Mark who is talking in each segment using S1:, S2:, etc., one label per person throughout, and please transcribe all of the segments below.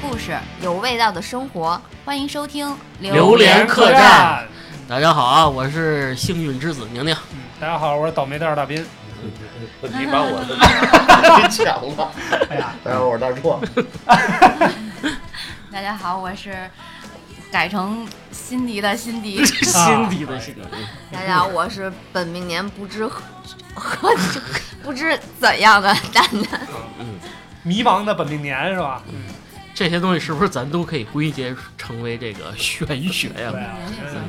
S1: 故事，有味道的生活，欢迎收听
S2: 榴莲客栈。
S3: 大家好啊，我是幸运之子宁 宁。
S2: 嗯，大家好，我是倒霉蛋儿大斌。
S4: 你把我的给抢了。
S2: 哎呀，
S4: 待会儿我大壮，
S1: 大家好，我是改成辛迪的辛迪。
S3: 心底的心，
S1: 大家好，我是本命年不知何何不知怎样的蛋蛋。
S2: 迷茫的本命年是吧？嗯，
S3: 这些东西是不是咱都可以归结成为这个玄学
S2: 对
S3: 呀、
S2: 啊，嗯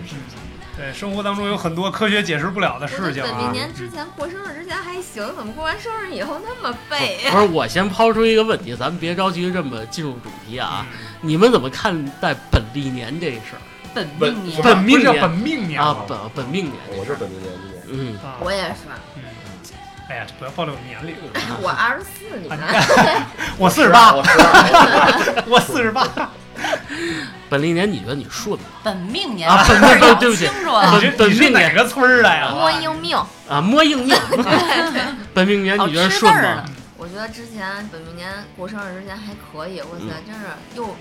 S2: 对，生活当中有很多科学解释不了的事情
S1: 本
S2: 啊
S1: 命。年之前过生日之前还行，怎么过完生日以后那么啊背呀？
S3: 不是，我先抛出一个问题，咱们别着急这么进入主题啊。你们怎么看待本历年这事儿
S1: 本
S4: 本
S1: 命年，
S4: 本
S2: 不是本命年
S3: 啊
S2: 吗？？
S3: 本本命年这
S4: 我
S3: 事
S4: 是
S3: 儿，
S4: 本命年今年。
S3: 嗯，
S2: 啊
S1: 我也是，
S2: 嗯，哎呀，这不要暴露年龄。
S1: 我二十四年。
S2: 我四十八，
S4: 我是
S2: 我四十八。
S3: 本历年你觉得你顺吗？
S1: 本命年
S3: 啊本命
S1: 搞
S3: 对不起
S1: 清楚了，
S2: 你是
S3: 本
S2: 你是哪个村儿的呀？
S1: 摸硬命。
S3: 啊，摸 硬硬。本命年
S1: 好
S3: 你觉得
S1: 吃
S3: 顺
S1: 字儿
S3: 吗
S1: 呢？我觉得之前本命年过生日之前还可以，我塞，真是又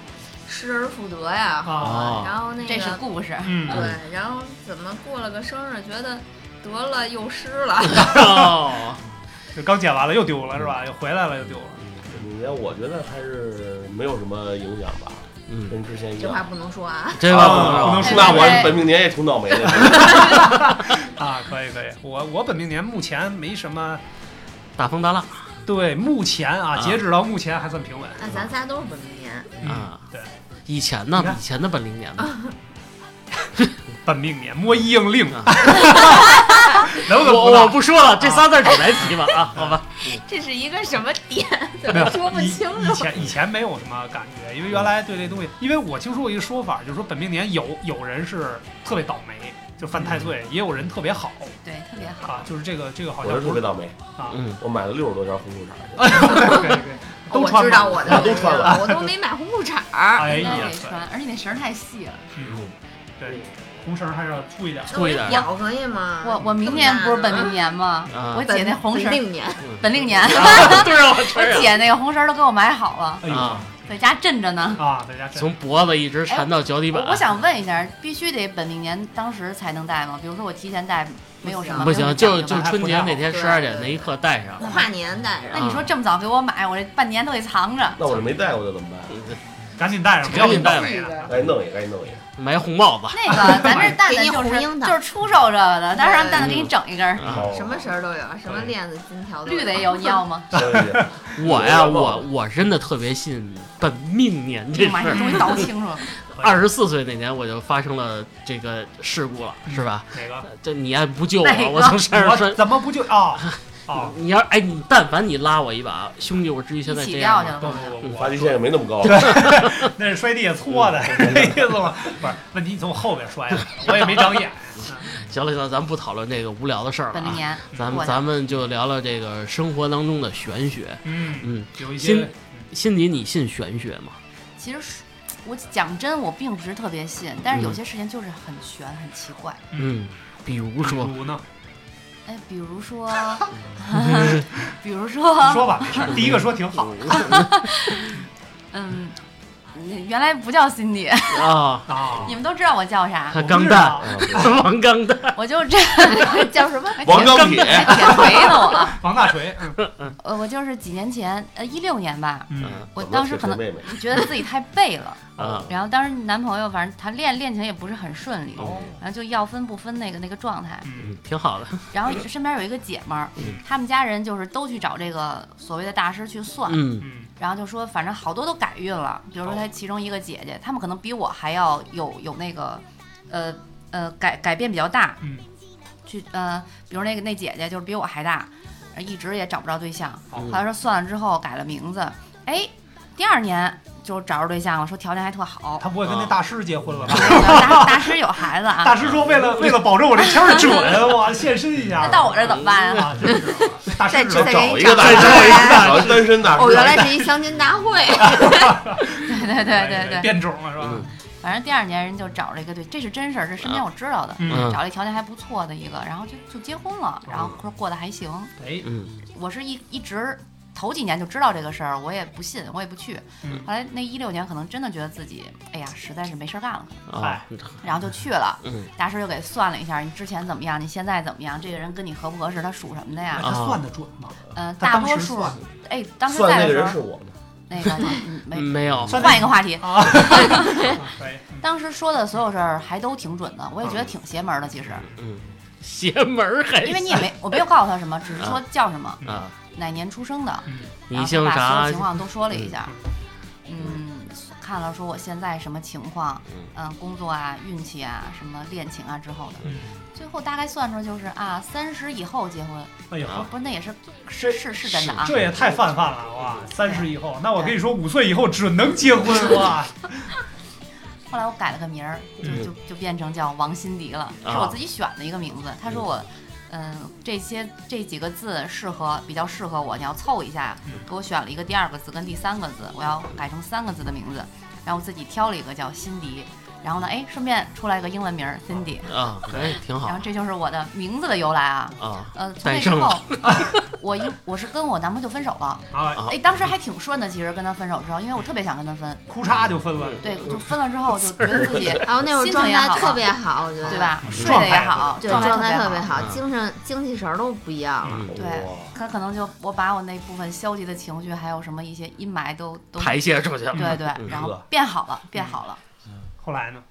S1: 失而复得呀。
S2: 嗯啊，
S3: 啊
S5: 然后那个
S1: 这是故事，
S2: 嗯，
S5: 对，然后怎么过了个生日，觉得得了又失了，
S3: 哦，
S2: 就刚剪完了又丢了是吧？又回来了又丢了。
S4: 本命年，我觉得还是没有什么影响吧，
S3: 嗯，
S4: 跟之前一
S5: 这话
S4: 样。
S5: 不能说啊。
S3: 这话不能
S2: 啊
S3: 说
S2: 不能说
S4: 那我本命年也挺倒霉的，
S2: 啊，可以可以，我我本命年目前没什么，
S3: 大风大浪
S2: 对，目前啊，
S3: 啊
S2: 截止到目前还算平稳。
S5: 那咱仨都是本命年，
S2: 嗯，
S3: 啊。
S2: 对，
S3: 以前
S2: 你
S3: 呢？
S2: 看
S3: 以前的本历年呢？
S2: 本命年摸一应令
S3: 啊，
S2: 能不能
S3: 我我不说了，这仨字儿只来提吧啊，好吧。
S5: 这是一个什么点？
S2: 没有
S5: 说不
S2: 以
S5: 清
S2: 以前以前没有什么感觉，因为原来对这东西，因为我听说过一个说法，就是说本命年有有人是特别倒霉，就犯太岁，也有人特别好
S1: 对，特别好。
S2: 啊，就是这个这个好
S4: 我
S2: 像
S4: 是特
S2: 不
S4: 别
S2: 是
S4: 倒霉。
S2: 啊，
S3: 嗯，
S4: 我买了六十多条红裤衩
S2: 哎呦对对对，都
S5: 我
S2: 穿
S5: 知
S2: 吧
S5: 道我的
S4: 都穿了
S5: 我都没买红裤衩儿。
S2: 哎
S1: 应该
S2: 呀
S1: 得，穿，而且那绳儿太细了。
S2: 嗯对，红绳还是要粗一点。
S5: 那我
S3: 粗一点儿
S5: 表可以吗？
S1: 我我明年不是本命年吗？
S3: 啊
S1: 我姐那红绳
S5: 哎本
S1: 儿，
S5: 命年，
S1: 本命年，
S3: 啊 对啊，我
S1: 我
S3: 吹
S1: 姐那个红绳儿都给我买好了，
S2: 哎呦
S3: 啊，
S1: 在家镇着呢。
S2: 啊，大家真
S3: 从脖子一直缠到脚底板
S1: 我。我想问一下，必须得本命年当时才能戴吗？比如说我提前戴，没有什么
S3: 不行，就
S1: 没有什
S3: 就
S1: 么
S3: 春节那天
S1: 啊
S5: 对
S3: 十二点那一刻带上。
S5: 跨年戴
S1: 那
S5: 上。
S1: 你说这么早给我买，我这半年都得藏着。
S4: 那我这没戴，我就怎么办？
S2: 赶紧戴上，不要给你倒霉了。
S4: 该弄也该弄也。
S3: 买红帽子
S1: 那个，咱这蛋
S5: 给
S1: 蛋
S5: 你
S1: 就
S5: 红
S1: 是
S5: 缨的
S1: 就是出售这个的，但是让蛋蛋给你整一根儿，
S3: 啊！
S5: 什么绳儿都有，什么链子、金条都
S1: 绿的也有，你 要吗？
S4: 儿？
S3: 我呀，我我真的特别信本命年这事
S1: 妈呀，
S3: 儿。
S1: 终于倒清楚了。
S3: 二十四岁那年我就发生了这个事故了，是吧？
S2: 哪个？
S3: 这你还不救
S1: 哪嗯个
S3: 我，我从山 上
S2: 我
S3: 摔。
S2: 怎么不就啊啊？
S3: 你要哎，你但凡你拉我一把，兄弟，我至于现在
S1: 一起
S3: 这
S1: 掉
S3: 样
S1: 去
S3: 吗？
S1: 了
S2: 不
S1: 吗？
S2: 不不，
S4: 发际线也没那么 高。
S2: 那是摔地下搓的，是这意思吗？不是，问题你从后边摔的，我也没长眼。嗯
S3: 行了行了，咱不讨论这个无聊的事儿了
S1: 本命
S3: 啊，
S1: 年，
S3: 咱
S1: 我
S3: 们
S1: 的
S3: 咱们就聊聊这个生活当中的玄学。
S2: 嗯，
S3: 嗯，
S2: 有一些
S3: 心心里你信玄学吗？
S1: 其实是我讲真，我并不是特别信，但是有些事情就是很玄，很奇怪。
S3: 嗯，比如说
S2: 如呢，
S1: 哎，比如说，比如说，
S2: 你说吧，没事儿，第一个说挺好
S1: 嗯，原来不叫 Cindy，
S3: 啊，
S2: 啊
S1: 你。们都知道我叫啥，
S3: 他钢蛋，
S4: 啊
S3: 王钢蛋，
S1: 我就这
S5: 叫什么？
S4: 王钢铁，
S1: 还铁锤呢我。
S2: 王大锤，嗯
S1: 呃，我就是几年前，呃，一六年吧，
S2: 嗯，
S1: 我当时可能
S4: 妹妹，
S1: 觉得自己太背了，
S3: 啊
S1: 然后当时男朋友反正谈恋恋情也不是很顺利，
S3: 哦
S1: 然后就要分不分那个那个状态。
S2: 嗯
S3: 嗯，挺好的，
S1: 然后身边有一个姐们儿，他们家人就是都去找这个所谓的大师去算，
S3: 嗯
S2: 嗯
S1: 然后就说反正好多都改运了，比如说
S2: 哦
S1: 她其中一个姐姐，他们可能比我还要有有那个，呃呃改改变比较大，
S2: 嗯，
S1: 去呃，比如那个那姐姐就是比我还大，呃一直也找不着对象，
S2: 哦
S1: 后来说算了之后改了名字，哎，第二年就找着对象了，说条件还特好，
S2: 他不会跟那大师结婚了吧？
S1: 大大师有孩子啊，
S2: 大师说为了为了保证我这签儿准， 我献身一下。
S1: 那到我这怎么办啊？
S2: 啊，真是啊那大师
S5: 再
S2: 知道
S5: 再给
S4: 找
S5: 你
S4: 一个大
S5: 一
S4: 师，
S5: 个。
S4: 找一单身大师。
S5: 哦，原来是一相亲 大会。
S1: 对对对对对，
S2: 哎变种了是吧？
S1: 反正第二年人就找了一个对，这是真事儿，这身
S3: 啊
S1: 边我知道的，
S2: 嗯
S1: 找了一条件还不
S3: 哦
S1: 错的一个，然后就就结婚了，然后说过得还行。
S2: 哎，
S3: 嗯
S1: 我是一一直头几年就知道这个事儿，我也不信，我也不去。
S2: 嗯
S1: 后来那一六年可能真的觉得自己，哎呀，实在是没事儿干了，
S3: 啊，
S1: 然后就去了。
S3: 嗯
S1: 大师又给算了一下，你之前怎么样，你现在怎么样，这个人跟你合不合适，他属什么的呀？
S2: 他
S3: 啊
S2: 算得准吗？
S1: 嗯、
S2: 他
S1: 大
S2: 当
S1: 多
S2: 时
S1: 数
S2: 算，
S1: 哎，当时
S4: 算
S1: 在的
S4: 那个
S1: 时
S4: 人是
S1: 候，
S4: 我吗？
S1: 那个嗯没
S3: 没有，
S2: 算
S1: 换一个话题，
S2: 啊，可以，嗯
S1: 当时说的所有事儿还都挺准的，我也觉得挺邪门儿的，其实，
S3: 嗯，邪门儿还
S1: 因为你也没，我没有告诉他什么，只是说叫什么，
S3: 哎啊，
S1: 哪年出生的，然
S3: 你
S1: 后就
S3: 姓
S1: 把所有
S3: 啥
S1: 情？况都说了一下，嗯，看了说我现在什么情况，嗯、工作啊、运气啊、什么恋情啊之后的，
S2: 嗯
S1: 最后大概算出来就是啊，三十以后结婚，
S2: 哎呦，
S3: 啊
S1: 不是那也是
S2: 这
S1: 是是真的啊，
S2: 这也太泛泛了哇！三十以后，那我跟你说，五岁以后准能结婚 哇！
S1: 后来我改了个名儿，就
S3: 嗯
S1: 就就变成叫王心迪了，
S3: 啊
S1: 是我自己选的一个名字。他说我，嗯，这些这几个字适合比较适合我，你要凑一下
S2: 嗯，
S1: 给我选了一个第二个字跟第三个字，我要改成三个字的名字，然后我自己挑了一个叫辛迪，然后呢，哎，顺便出来一个英文名儿 Cindy，
S3: 啊，哎，挺
S1: 然
S3: 好
S1: 后这就是我的名字的由来啊。
S3: 啊
S1: 呃，从那
S3: 诞
S1: 之
S3: 生了
S1: 后，我一我是跟我男朋友就分手了，
S2: 啊，
S3: 啊
S1: 哎，当时还挺顺的，其实跟他分手之后，因为我特别想跟他分，
S2: 哭嚓就分了，
S1: 对，就分了之后就觉得自己。
S5: 然后那会儿
S1: 心
S5: 状
S1: 情也
S5: 态
S1: 好啊
S5: 特别好，我觉得
S1: 对？吧？睡
S2: 嗯状
S1: 得也
S2: 态
S1: 好，
S5: 对，
S1: 状
S5: 状态
S1: 特
S5: 特别好，
S3: 嗯
S5: 精神精气神儿都不一样了。
S3: 嗯，
S1: 对
S4: 哇，
S1: 他可能就我把我那部分消极的情绪，还有什么一些阴霾都都
S3: 排泄出去了。
S1: 对对， 然后变好
S2: 嗯
S1: 了，变好了。
S2: 后来呢？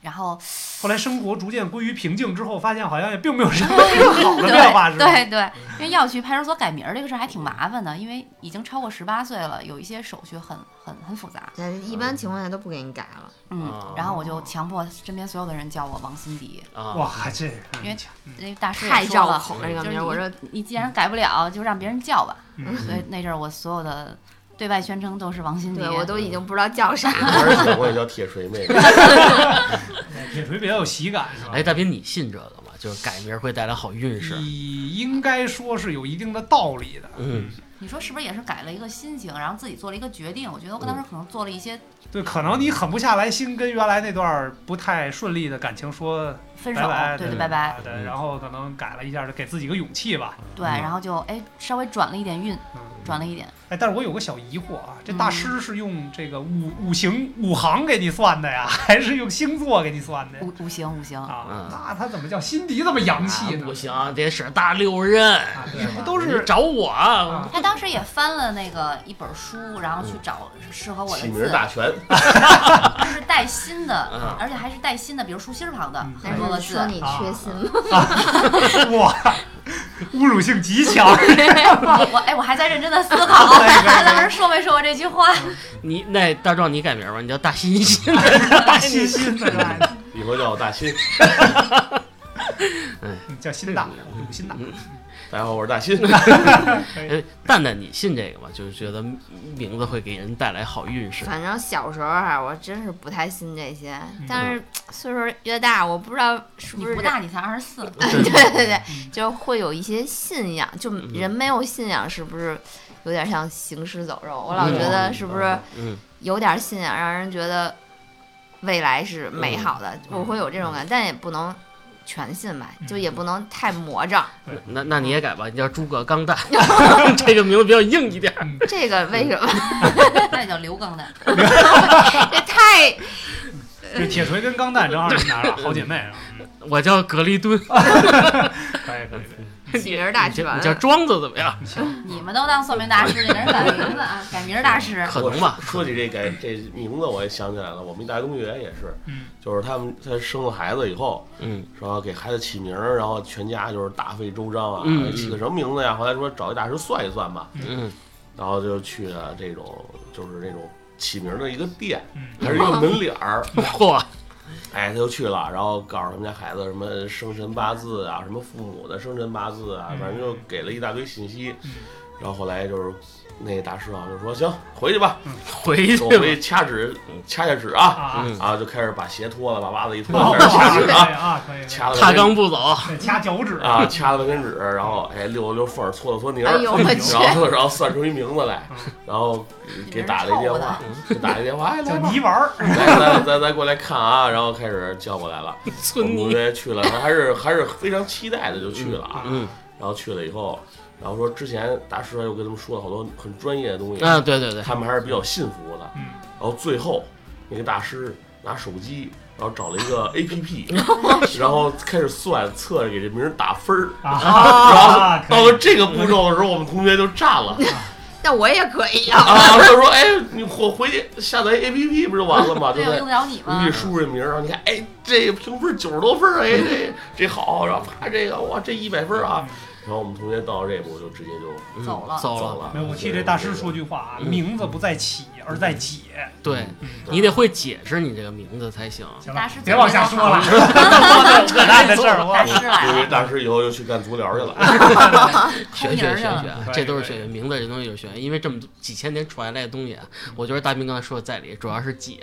S1: 然后
S2: 后来生活逐渐归于平静之后，发现好像也并没有什么更好 的
S1: 对
S2: 变化，是吧？
S1: 对对，因为要去派出所改名儿这个事儿还挺麻烦的，因为已经超过十八岁了，有一些手续很很很复杂。
S5: 但是一般情况下都不给你改了。
S1: 嗯
S2: 啊
S3: 哦，
S1: 然后我就强迫身边所有的人叫我王心迪，
S3: 啊，
S2: 哇，这
S1: 因为
S5: 嗯
S1: 那大师
S5: 太
S1: 也说
S5: 绕
S1: 了，
S5: 口了这
S1: 就
S5: 个
S1: 是
S5: 名儿，我说
S1: 你你既然改不了，就让别人叫吧。
S2: 嗯
S1: 所以那阵儿我所有的对外宣称都是王心迪，
S5: 对我都已经不知道叫啥了。
S4: 我是想过也叫铁锤妹，
S2: 铁嗯锤比较有喜感，是吧？
S3: 哎，大斌，你信这个吗？就是改名会带来好运势。
S2: 你应该说是有一定的道理的，
S3: 嗯，
S1: 你说是不是也是改了一个心情，然后自己做了一个决定？我觉得我当时可能做了一些
S2: 对，可能你狠不下来心，跟原来那段不太顺利的感情说
S1: 分手，
S2: 拜拜，
S1: 对对，
S2: 拜
S1: 拜拜，，
S2: 对，然后可能改了一下，给自己个勇气吧。
S1: 对，然后就哎稍微转了一点运，
S2: 嗯，
S1: 转了一点，
S2: 哎，但是我有个小疑惑啊，这
S4: 嗯
S2: 大师是用这个五五行五行给你算的呀， 还是用星座给你算的呀？
S1: 五五行五行，
S2: 啊
S3: 嗯，
S2: 那他怎么叫心底这么洋气
S4: 啊
S2: 呢？
S3: 啊不行，得使大六壬。
S2: 啊，这不都是
S3: 你找我啊？
S2: 啊
S1: 他当时也翻了那个一本书，然后去找适 合我的
S4: 起名
S1: 字，
S4: 大全，
S1: 就是带心的
S3: 嗯，
S1: 而且还是带心的，比如竖心旁的
S2: 嗯
S1: 很多
S5: 说
S1: 个
S5: 说
S1: 字，
S5: 你缺心 吗？
S2: 哇，侮辱性极 强。啊
S1: 我哎我还在认真的思考，当时说没说过这句话，
S3: 你那大壮，你改名吧，你叫大欣欣。
S5: 哎
S2: 大欣欣的，
S4: 以后叫我大 新。
S2: 嗯叫新大，鲁新大，
S4: 嗯大家好，我是大新。
S3: 哎，蛋蛋，你信这个吗？就是觉得名字会给人带来好运势。
S5: 反正小时候啊，我真是不太信这些
S2: 嗯，
S5: 但是岁数越大，我不知道是
S1: 你
S5: 不是
S1: 不大你才二十四，
S5: 对对对
S2: 嗯，
S5: 就会有一些信仰，就人没有信仰，是不是有点像行尸走肉？我老觉得是不是
S3: 嗯
S5: 有点信仰，让人觉得未来是美好的，
S3: 嗯
S5: 我会有这种感觉，但也不能全信吧，就也不能太魔 怔。
S3: 嗯
S4: 嗯
S3: 那那你也改吧，你叫诸葛钢 蛋，这个名字比较硬一点。
S5: 这个为什么？
S1: 那也叫刘刚的，
S3: 嗯
S5: 这太
S2: 这铁锤跟钢蛋正好是哪儿了？好姐妹啊，嗯
S3: 我叫格力敦，
S2: 可以可以可以。
S5: 几人大
S3: 你叫
S5: 全
S3: 你叫 庄子怎么样？
S1: 你们都当算命大师，那人改名字啊，改名儿大师，
S3: 可能吧。
S4: 说起这改这名字，我也想起来了，我们一大同学也是，
S2: 嗯
S4: 就是他们他生了孩子以后，
S3: 嗯
S4: 说给孩子起名儿，然后全家就是大费周章啊，
S3: 嗯嗯
S4: 起个什么名字呀？后来说找一大师算一算吧，
S3: 嗯
S4: 然后就去了这种就是那种起名儿的一个店，
S2: 嗯，
S4: 还是一个门脸 儿，
S3: 嚯，
S4: 哎，他就去了，然后告诉他们家孩子什么生辰八字啊，什么父母的生辰八字啊
S2: 嗯，
S4: 反正就给了一大堆信息
S2: 嗯。
S4: 然后后来就是那大师好啊像就说：“行，回去吧，
S3: 回去
S4: 我
S3: 吧
S4: 回去掐指掐下指
S2: 嗯
S4: 啊。
S2: 啊，”
S3: 嗯
S4: 啊，就开始把鞋脱了，把袜子一脱，
S2: 哦
S4: 开始掐
S2: 可以
S4: 指啊，
S2: 啊，可以，
S4: 掐了
S3: 踏罡步走。
S2: 对掐脚趾，
S4: 啊，掐了半根指，然后哎溜了溜缝儿，搓了搓泥儿，
S5: 哎呦我去
S4: 然后然后算出一名字来
S2: 嗯，
S4: 然后给打了一电话，
S3: 嗯
S4: 给打了一电话，哎
S2: 叫
S4: 来吧，
S2: 泥丸儿，
S4: 来来来来过来看啊，然后开始叫过来了，我
S3: 村
S4: 们同
S3: 你，
S4: 学去了，还是还是非常期待的就去了啊，
S3: 嗯
S4: 然后去了以后，然后说之前大师又跟他们说了好多很专业的东西，
S3: 啊，对对对，
S4: 他们还是比较信服的。
S2: 嗯，
S4: 然后最后那个大师拿手机，然后找了一 个 A P P，然后开始算测给这名人打分儿。
S2: 啊，可以
S4: 到了这个步骤的时候，我们同学就炸 了
S5: 那我也可以啊。
S4: 啊！他说：“哎，你我回去下载 A P P 不就完了 吗？对
S1: 对，我
S4: 不
S1: 用？”
S4: 对
S1: 得着你吗
S4: 你一？输入这名儿，然后你看，哎，这个评分九十多分儿，哎，这这好，然后啪，这个哇，这一百分儿啊！然后我们同学到了这一步就直接就
S3: 嗯
S1: 走了
S3: 走
S4: 走
S3: 了，
S4: 了。
S2: 没有，我替这大师说句话啊，名字不在起，而在解。
S3: 对
S2: 嗯，
S3: 你得会解释你这个名字才行。
S2: 行
S1: 大
S2: 了
S1: 师，
S2: 别往下说了， 我扯淡的事儿，我
S1: 大师来
S4: 因为
S1: 了，
S4: 大师以后就去干足疗去了，
S3: 玄
S1: 空
S3: 学
S1: 营
S3: 玄
S1: 去了
S3: 学啊，
S2: 对
S3: 这都是
S2: 对
S3: 玄学，名字这东西就是玄学，因为这么多几千年传下来的东西啊，我觉得大明刚才说的在理，主要是 解，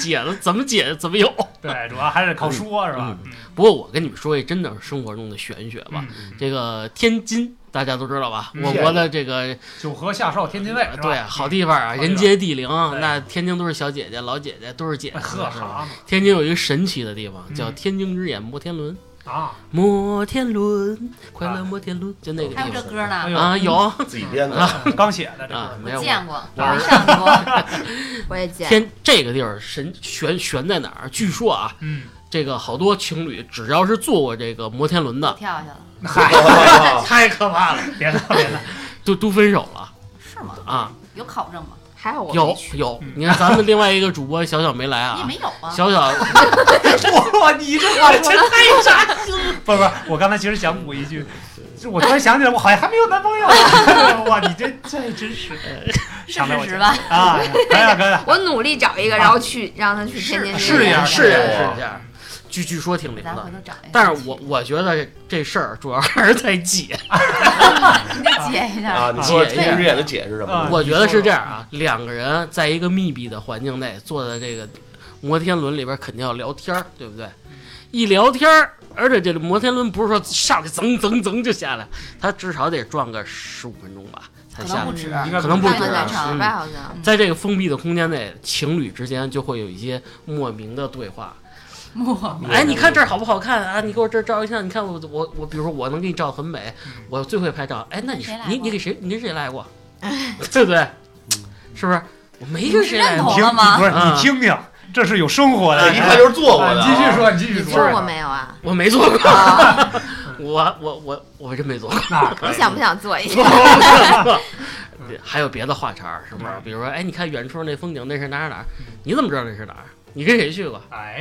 S3: 解了怎么解怎么有。
S2: 对，主要还是靠说，是吧？
S3: 不过我跟你们说一真的是生活中的玄学吧，
S2: 嗯，嗯
S3: 这个天津大家都知道吧？
S2: 嗯
S3: 我国的这个呃
S2: 九河下哨天津卫，是吧
S3: 对好地方啊，
S2: 好地方
S3: 人杰地灵，
S2: 对
S3: 那天津都是小姐姐、老姐姐，都是姐姐。
S2: 呵
S3: 是吧
S2: 哎啥嘛
S3: 天津有一个神奇的地方，叫
S2: 嗯
S3: 天津之眼摩天轮。
S2: 啊，
S3: 摩天轮，快乐摩天轮，就那个
S1: 还有
S3: 地
S1: 这
S3: 方
S1: 歌呢
S2: 哎，呦
S3: 啊，有
S4: 自己编的。
S2: 刚写的这
S3: 啊，
S2: 个
S3: 没有我
S1: 见过，
S3: 我
S1: 没上过，
S5: 我也见，
S3: 天这个地儿神悬悬在哪儿？据说啊，
S2: 嗯，
S3: 这个好多情侣只要是坐过这个摩天轮的，
S1: 跳下去了，
S2: 嗨，
S3: 太可怕了，
S2: 别闹别闹，
S3: 都都分手了
S1: 是吗？
S3: 啊！
S1: 有考证吗？
S5: 还好我没
S3: 有
S5: 去
S3: 有
S2: 嗯，
S3: 你看咱们另外一个主播小小没来
S1: 你也
S3: 啊，
S1: 没有啊？
S3: 小小
S2: 哇，你这话真太扎心了。 不是不是，我刚才其实想补一句，就我突然想起来，我好像还没有男朋友。哇，你这这真是
S1: 是
S2: 上来我
S1: 事实吧？
S2: 啊，可以了可以了，
S5: 我努力找一个，然后去让他去天
S3: 啊
S2: 试一下
S5: 津试
S3: 试一下
S4: 是
S3: 试一下，据据说挺灵
S1: 咱回
S3: 的。
S1: 头找一下。
S3: 但是我我觉得这事儿主要还是在解，
S1: 你得解一下，
S4: 啊，你说
S3: 解
S4: 天津之眼的解释什么
S2: 啊？
S3: 我觉得是这样啊，两个人在一个密闭的环境内坐在这个摩天轮里边，肯定要聊天儿，对不对？一聊天儿，而且这摩天轮不是说上去噌噌噌就下来，它至少得转个十五分钟吧才
S1: 可
S3: 下
S1: 能
S3: 来
S1: 不。止。
S2: 应该
S3: 可能不
S5: 半
S3: 止
S5: 个
S3: 啊
S5: 小时吧，好像。
S3: 在这个封闭的空间内，情侣之间就会有一些莫名的对话。
S1: 莫
S3: 哎，你看这儿好不好看啊？你给我这儿照一相，你看我我我，比如说我能给你照得很美，我最会拍照。哎，那你
S1: 谁来过哎
S3: 你你给谁你跟谁来过？对不对？是不是？我没跟谁来
S1: 认
S3: 过
S1: 同。好
S2: 听
S1: 了吗
S2: 不是
S3: 嗯
S2: 你听听，这是有生活的，
S4: 一看就是做过
S2: 啊
S4: 的。
S2: 你继续，说，你继续
S5: 你
S2: 说，
S5: 做过没有啊？
S3: 我没做过，
S5: 啊
S3: 我我我我真没做过。
S2: 那可
S5: 你
S2: 以
S5: 想不想做一下？
S3: 还有别的话茬儿，是不是？比如说，哎，你看远处那风景，那是哪儿哪儿？你怎么知道那是哪儿？你跟谁去过？
S2: 哎，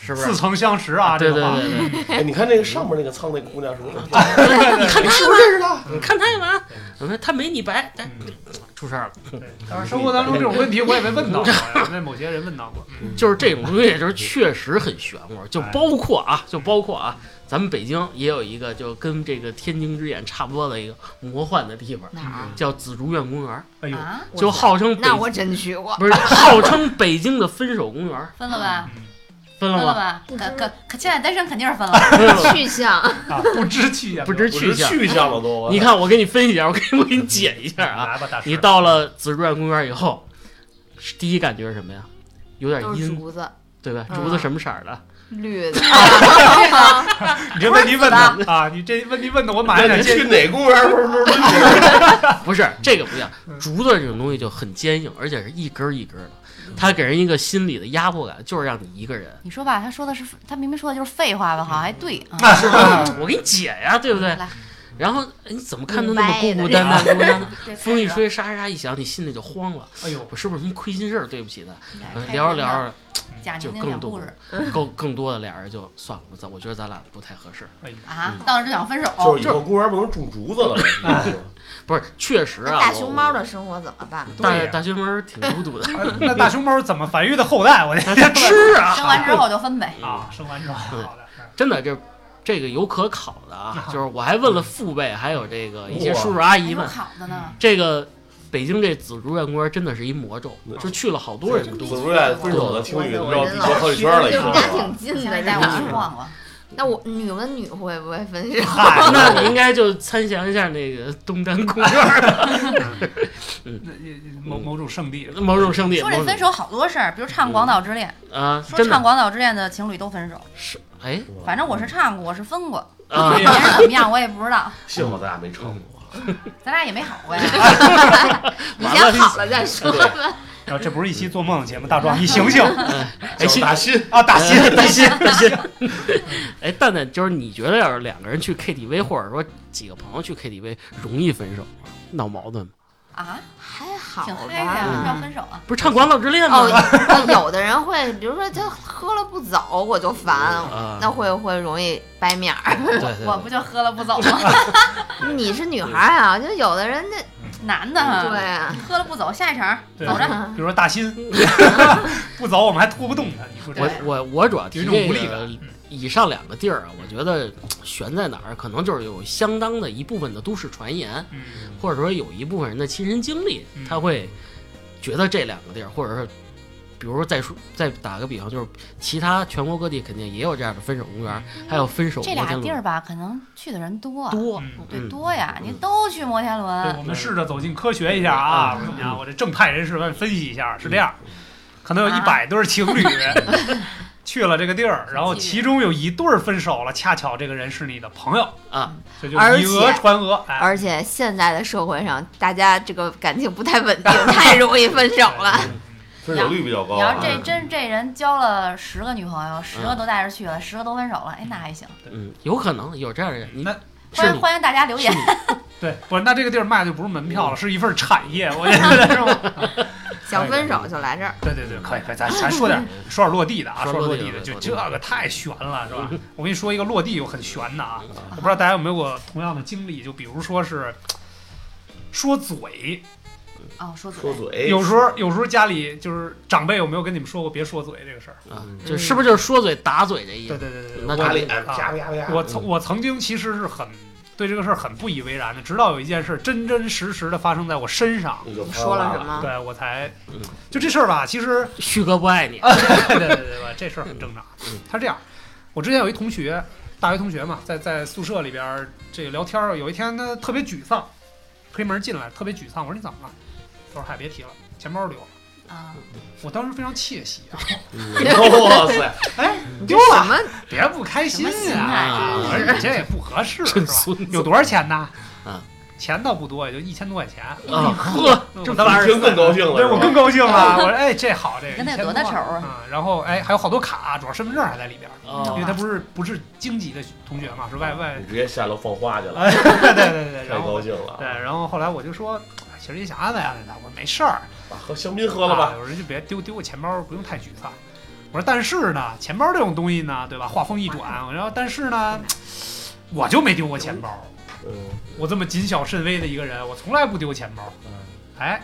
S3: 是不是
S2: 似？曾相识啊，
S3: 对
S2: 这
S3: 对
S2: 个话
S3: 对 对，
S4: 哎，你看那个上面那个苍那姑娘是不是？
S3: 你看
S4: 你
S3: 他
S4: 是不是认识她？
S3: 你看他干嘛？我说他没你白，但
S2: 嗯
S3: 出事儿了。
S2: 但是生活当中这种问题我也被问到过，被某些人问到过。嗯
S3: 就是这种东西，就是确实很玄乎。就
S2: 哎
S3: 包括啊，就包括啊，咱们北京也有一个就跟这个天津之眼差不多的一个魔幻的地方，
S5: 哪儿？啊
S3: 叫紫竹院公园，
S2: 嗯哎呦，
S1: 啊，
S3: 嗯就号称北
S5: 那我真去过。
S3: 不 是号称北京的分手公园，
S1: 分了吧，
S2: 嗯
S3: 分
S1: 分
S3: 了
S1: 了
S3: 吗？
S1: 吧，
S5: 不
S1: 可
S5: 知
S1: 可可现在单身肯定是分了，
S3: 分了吗
S5: 去向
S2: 啊，不知去也
S3: 不知啊
S4: 我
S3: 去
S4: 是
S3: 向。
S4: 去向了都。
S3: 你看，我给你分析一下，我给我给你解一下啊。
S2: 来吧，大师，
S3: 你到了紫竹院公园以后，是第一感觉是什么呀？有点
S5: 都是
S3: 阴，
S5: 竹子，
S3: 对吧？
S5: 嗯
S3: 竹子什么色儿的？
S5: 绿的。
S2: 你这问题问的啊，你这问题问的我马上想
S4: 那你
S2: 接
S4: 去。哪公园？不是不是不是
S3: 不是这个不一样，
S2: 嗯
S3: 竹子这种东西就很坚硬，而且是一根儿一根儿的，它给人一个心理的压迫感，就是让你一个人。
S1: 你说吧，他说的是他明明说的就是废话吧，好像还对啊。
S3: 我给你解呀，对不对
S1: 来？
S3: 然后哎你怎么看都那么孤孤单单、孤孤单 单，风一吹，沙沙一响，你心里就慌了。
S2: 哎呦，
S3: 我是不是什么亏心事儿？对不起他，
S1: 哎开始
S3: 聊着聊着
S1: 贾
S3: 就
S1: 玲玲
S3: 更
S1: 讲
S3: 多
S1: 故事，
S3: 更更多的俩人就算了吧，咱我觉得咱俩不太合适。
S2: 哎呦，
S1: 啊，到那就想分手，
S4: 就是以后公园不能种竹子了。
S2: 啊
S3: 不是，确实
S5: 那
S3: 啊，
S5: 大
S3: 我
S5: 熊猫的生活怎么办？
S3: 大
S2: 对呀
S3: 大熊猫儿挺孤独的，
S2: 哎那大熊猫怎么繁育的后代？我得
S3: 它吃啊，
S1: 生完之后就分呗。
S2: 啊，生完之后好的，
S3: 真的这这个有可考的啊，就是我还问了父辈，还有这个一些
S4: 哇
S3: 叔叔阿
S1: 还
S3: 姨
S1: 有
S3: 们，
S1: 考的呢，
S3: 这个北京这紫竹院公园真的是一魔咒，就去了好多人
S4: 紫
S3: 都。
S4: 竹院分手的听雨绕地球好几圈了，已
S5: 离
S4: 经。
S5: 我家挺近
S1: 下
S5: 的，
S1: 回带
S5: 这
S1: 我
S5: 个
S1: 去逛逛。
S5: 那我女跟女会不会分手？
S2: 嗨，
S3: 那你应该就参详一下那个东单公园
S2: 那某某种圣地，
S3: 某种圣地。
S1: 说这
S3: 某
S1: 分
S3: 种
S1: 手好多事儿，比如唱《广岛之恋》，
S3: 啊，
S1: 说
S3: 真
S1: 唱《
S3: 的
S1: 广岛之恋》的情侣都分手，
S3: 是哎
S4: 是吧
S1: 反正我是唱过，我是分过，
S3: 啊
S1: 别人怎么样我也不知道，
S4: 幸好咱俩没吵
S2: 嗯
S4: 过。
S1: 咱俩也没好 过呀。
S5: 你先好了再说
S4: 对
S5: 吧。
S2: 然后啊这不是一
S3: 嗯
S2: 期做梦的节目，大壮 你醒醒
S3: 哎，
S4: 叫
S3: 心
S4: 大新，
S2: 啊！打心
S3: 哎
S2: 打心，
S3: 担心。哎，蛋蛋，就是你觉得要是两个人去 KTV，或者说几个朋友去 KTV，容易分手吗？闹矛盾吗？
S1: 啊，
S5: 还好
S1: 挺嗨的呀，为什么要
S2: 嗯
S5: 吧。
S1: 分手啊？
S3: 不是唱《广岛之恋》
S5: 哦
S3: 吗？，
S5: 那有的人会，比如说他喝了不走，我就烦，
S1: 哦
S2: 嗯
S3: 啊，
S5: 那会会容易掰 面儿。
S3: 对对对
S1: 我不就喝了不走吗？
S5: 你是女孩儿啊，就有的人那
S1: 男的哈，
S5: 对啊，
S1: 喝了不走，下一场
S2: 对
S1: 走着。
S2: 比如说 大心，不走我们还拖不动他，你说这
S3: 我我我主要提
S2: 有一种
S3: 这
S2: 无力
S3: 个
S2: 感。
S3: 以上两个地儿啊，我觉得悬在哪儿，可能就是有相当的一部分的都市传言，
S2: 嗯，
S3: 或者说有一部分人的亲身经历
S2: 嗯，
S3: 他会觉得这两个地儿，或者是比如说再说再打个比方，就是其他全国各地肯定也有这样的分手公园，还有分手
S1: 这
S3: 摩
S1: 俩
S3: 天
S1: 地儿
S3: 轮
S1: 吧，可能去的人多，
S3: 多
S2: 嗯，
S1: 对
S3: 嗯
S1: 多呀，
S3: 嗯
S1: 你都去摩天
S2: 对，
S1: 轮
S2: 我，们试着走进科学一下啊，
S3: 嗯
S2: 我跟你讲，我这正派人士们分析一下，是这样，可能有一百对儿情侣
S3: 啊
S2: 去了这个地儿，然后其中有一对儿分手了，恰巧这个人是你的朋友
S3: 啊，
S2: 这就
S5: 而
S2: 以讹
S5: 且
S2: 传讹，哎，
S5: 而且现在的社会上，大家这个感情不太稳定，太容易分手 了。
S4: 分手率比较高
S1: 你
S4: 啊
S1: 要。这真这人交了十个女朋友，十个都带着去了，十个都分手了，哎，那还行。
S3: 嗯，有可能有这样的人，你
S2: 那
S1: 欢
S3: 是
S1: 迎
S3: 你
S1: 欢迎大家留言，
S2: 对，不是，那这个地儿卖的就不是门
S3: 嗯
S2: 票了，是一份产业，我觉得是吧？
S5: 想分手就来这儿，
S2: 对对对，可以可以，咱咱说点说点落地的啊，
S3: 说
S2: 说点落
S3: 落
S2: 地
S3: 地
S2: 的，
S3: 的
S2: 就
S3: 落地
S2: 这
S3: 的
S2: 个太悬了，是吧？我跟你说一个落地又很悬的啊，我不知道大家有没有过同样的经历，就比如说是说嘴，
S1: 哦，说
S4: 说
S1: 嘴，
S4: 嘴
S2: 哎有时候有时候家里就是长辈有没有跟你们说过别说嘴这个事儿？
S3: 啊，就是不是就是说嘴打嘴这意思？
S2: 嗯对对对对对，
S3: 嗯那
S4: 打
S2: 我嗯
S4: 脸，哎啪啪啪。
S2: 我曾我曾经其实是很对这个事儿很不以为然的，直到有一件事儿真真实实的发生在我身上，
S4: 你就啪
S5: 说了什？么？
S2: 对我才
S3: 嗯
S2: 就这事儿吧，其实。
S3: 旭哥不爱你，
S2: 嗯对对对对吧，这事儿很正常
S3: 嗯。
S2: 他是这样，我之前有一同学，大学同学嘛，在在宿舍里边儿这个聊天儿，有一天他特别沮丧，推门进来特别沮丧，我说你怎么了？他说嗨，别提了，钱包丢了。
S1: 啊，
S2: 我当时非常窃喜啊，
S4: 嗯 哇塞，
S2: 哎，
S5: 你
S2: 丢
S5: 这什
S2: 了，
S5: 么？
S2: 别不开心
S1: 什么心
S2: 啊
S1: 啊！
S2: 我说你这也不合适，是
S3: 真
S2: 吧？
S3: 孙子
S2: 有多少钱呢？
S3: 啊，
S2: 钱倒不多，也就一千多块钱。
S3: 啊，呵，
S2: 我
S3: 这
S2: 当时
S4: 一听更高兴了。
S2: 对，我
S4: 是吧
S2: 更高兴了。我说，哎，这好，这个
S1: 跟他有
S2: 1000
S1: 多大仇啊
S2: 啊？然后，哎，还有好多卡，主要身份证还在里边儿。
S4: 哦
S2: 因为
S3: 啊
S2: 他不是不是京籍的同学嘛，是外 外
S4: 你，直接下楼放花去了，
S2: 哎，对对对，
S4: 太
S2: 然
S4: 高
S2: 后
S4: 兴
S2: 对，
S4: 了。
S2: 然后后来我就说，哎其实也想安慰安慰他，我说没事儿，
S4: 把喝香槟喝了
S2: 啊
S4: 吧。
S2: 我说就别丢丢个钱包，不用太沮丧。我说但是呢，钱包这种东西呢，对吧？话锋一转，我说但是呢，我就没丢过钱包，
S4: 嗯，
S2: 我这么谨小慎微的一个人，我从来不丢钱包。哎，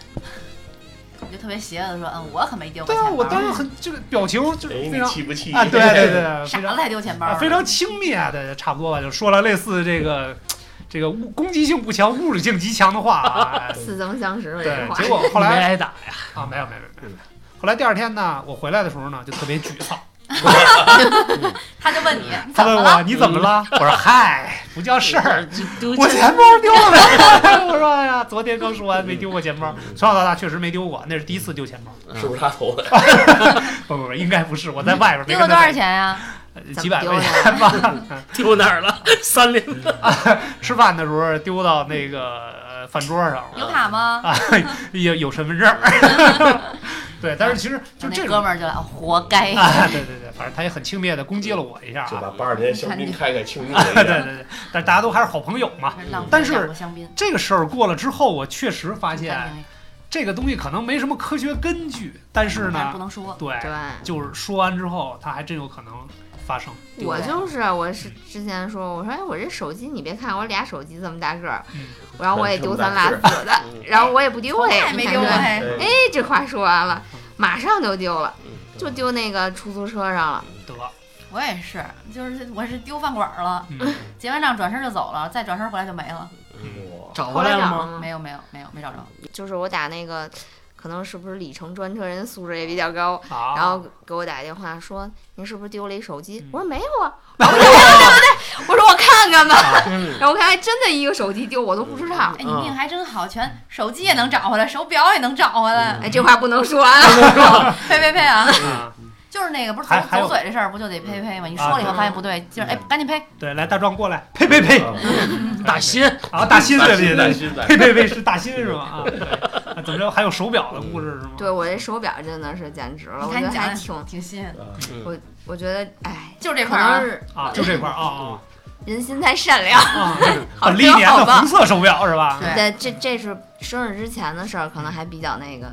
S1: 你就特别邪恶的说，嗯，我可没丢过
S2: 对
S1: 钱
S2: 啊，
S1: 包，
S2: 我当时很这个表情就
S4: 哎，
S2: 是非
S4: 你
S2: 常
S4: 气不气？
S2: 啊，对对
S1: 傻
S2: 对，非
S1: 子
S2: 常
S1: 才丢钱包
S2: 啊，
S1: 呢，
S2: 非常轻蔑的，差不多吧，就说了类似这个这个物攻击性不强、侮辱性极强的话 啊。哎
S5: 似曾相识吧，这
S2: 对，
S5: 话
S2: 结。果后
S3: 没
S2: 来
S3: 挨打，
S2: 啊，没有没有没有没
S1: 嗯
S2: 有。后来第二天呢，我回来的时候呢，就特别沮 丧。
S1: 他就问你
S2: 他
S1: 怎
S2: 问
S1: 么 了？
S2: 我你怎么了？
S1: 嗯
S2: 我说嗨，不叫事儿，
S3: 就丢
S2: 我
S3: 钱
S2: 钱包丢了。 我说哎呀，昨天刚说完没丢过钱包，
S1: 嗯
S2: 从小到大确实没丢过，那是第一次丢钱包。
S3: 嗯
S4: 是不是他投
S2: 嗯
S4: 的？
S2: 不不不，应该不是，我在外边没
S1: 丢了
S2: 跟
S1: 多
S2: 他
S1: 少钱啊呀？
S2: 呃
S5: 怎么
S2: 几百
S5: 丢啊
S2: 块
S5: 的
S2: 钱吧。
S3: 丢哪儿了？三连
S2: 吃饭的时候丢到那个呃饭桌上了。
S1: 有卡吗？
S2: 啊，有有身份证儿， 对，但是其实就
S1: 啊那
S2: 这
S1: 哥
S2: 种
S1: 们儿就来，哦活该。
S2: 啊，对对对，反正他也很轻蔑的攻击了我一下
S4: 就
S2: 啊，
S4: 把八十天香槟开开庆 祝
S2: 对
S4: 一
S2: 啊对
S4: 下。
S2: 对，但是大家都还是好朋友嘛。
S1: 浪费
S2: 但是
S1: 两个香槟，
S2: 这个事儿过了之后，我确实发现
S1: 但
S2: 这个东西可能没什么科学根据，但是
S1: 是不
S2: 呢，
S1: 能说，
S2: 对，
S5: 对，
S2: 就是说完之后，它还真有可能发生。
S5: 我就是啊我是之前说，我说哎，我这手机你别看我俩手机这么大个儿
S2: 嗯，
S5: 然后我也丢三落四的，然后我也不丢
S1: 从
S5: 哎，
S1: 来没丢过。
S5: 哎，
S1: 哎。
S4: 哎，
S5: 这话说完了，马上就丢了，就丢那个出租车上了。
S2: 得，
S1: 我也是，就是我是丢饭馆儿了，
S2: 嗯，
S1: 结完账转身就走了，再转身回来就没了。
S4: 哇，
S3: 找
S5: 后
S3: 回
S5: 来
S3: 来
S5: 找
S3: 了
S5: 着
S3: 吗？
S5: 吗？
S1: 没有没有没有没找着，
S5: 就是我打那个，可能是不是里程专车，人家素质也比较高，
S1: 哦
S2: 好，
S5: 然后给我打电话说您是不是丢了一手机
S2: 嗯？
S5: 我说没有 啊，我说对不对？我说我看看吧。
S2: 啊
S3: 嗯
S5: 然后我看还真的一个手机丢，我都不知道
S1: 哎，。你命还真好，全手机
S5: 嗯
S1: 也能找回来，手表也能找回来。
S5: 哎，这话不能说啊。
S1: 呸呸呸啊！
S2: 啊，
S1: 就是那个不是
S2: 还
S1: 走
S2: 还有
S1: 走嘴这事儿，不就得呸呸吗？你
S2: 啊
S1: 说了以后
S6: 对
S1: 发现不对，就是哎，赶紧呸，
S2: 对，来大壮过来，呸呸呸，
S4: 嗯
S3: 打心
S2: 哎啊，嗯大新对不
S4: 心担
S2: 对？
S4: 心
S2: 呸呸呸，是大新是吗？啊，对啊怎么着还有手表的故事是吗？
S5: 对我这手表真的是简直了，
S1: 你
S5: 我
S1: 看
S5: 觉
S1: 你
S5: 得
S1: 讲
S5: 还
S1: 的
S5: 挺，
S1: 挺新鲜的，
S3: 嗯
S5: 我觉得哎，
S1: 就是这
S5: 可
S1: 块儿啊
S5: 能是
S2: 啊，就这块儿啊
S5: 人心太善良，
S2: 啊啊，
S5: 好
S2: 本历年
S5: 好
S2: 的
S5: 吧
S2: 红。色手表是吧？
S1: 对
S5: 对，这这是生日之前的事儿，可能还比较那个，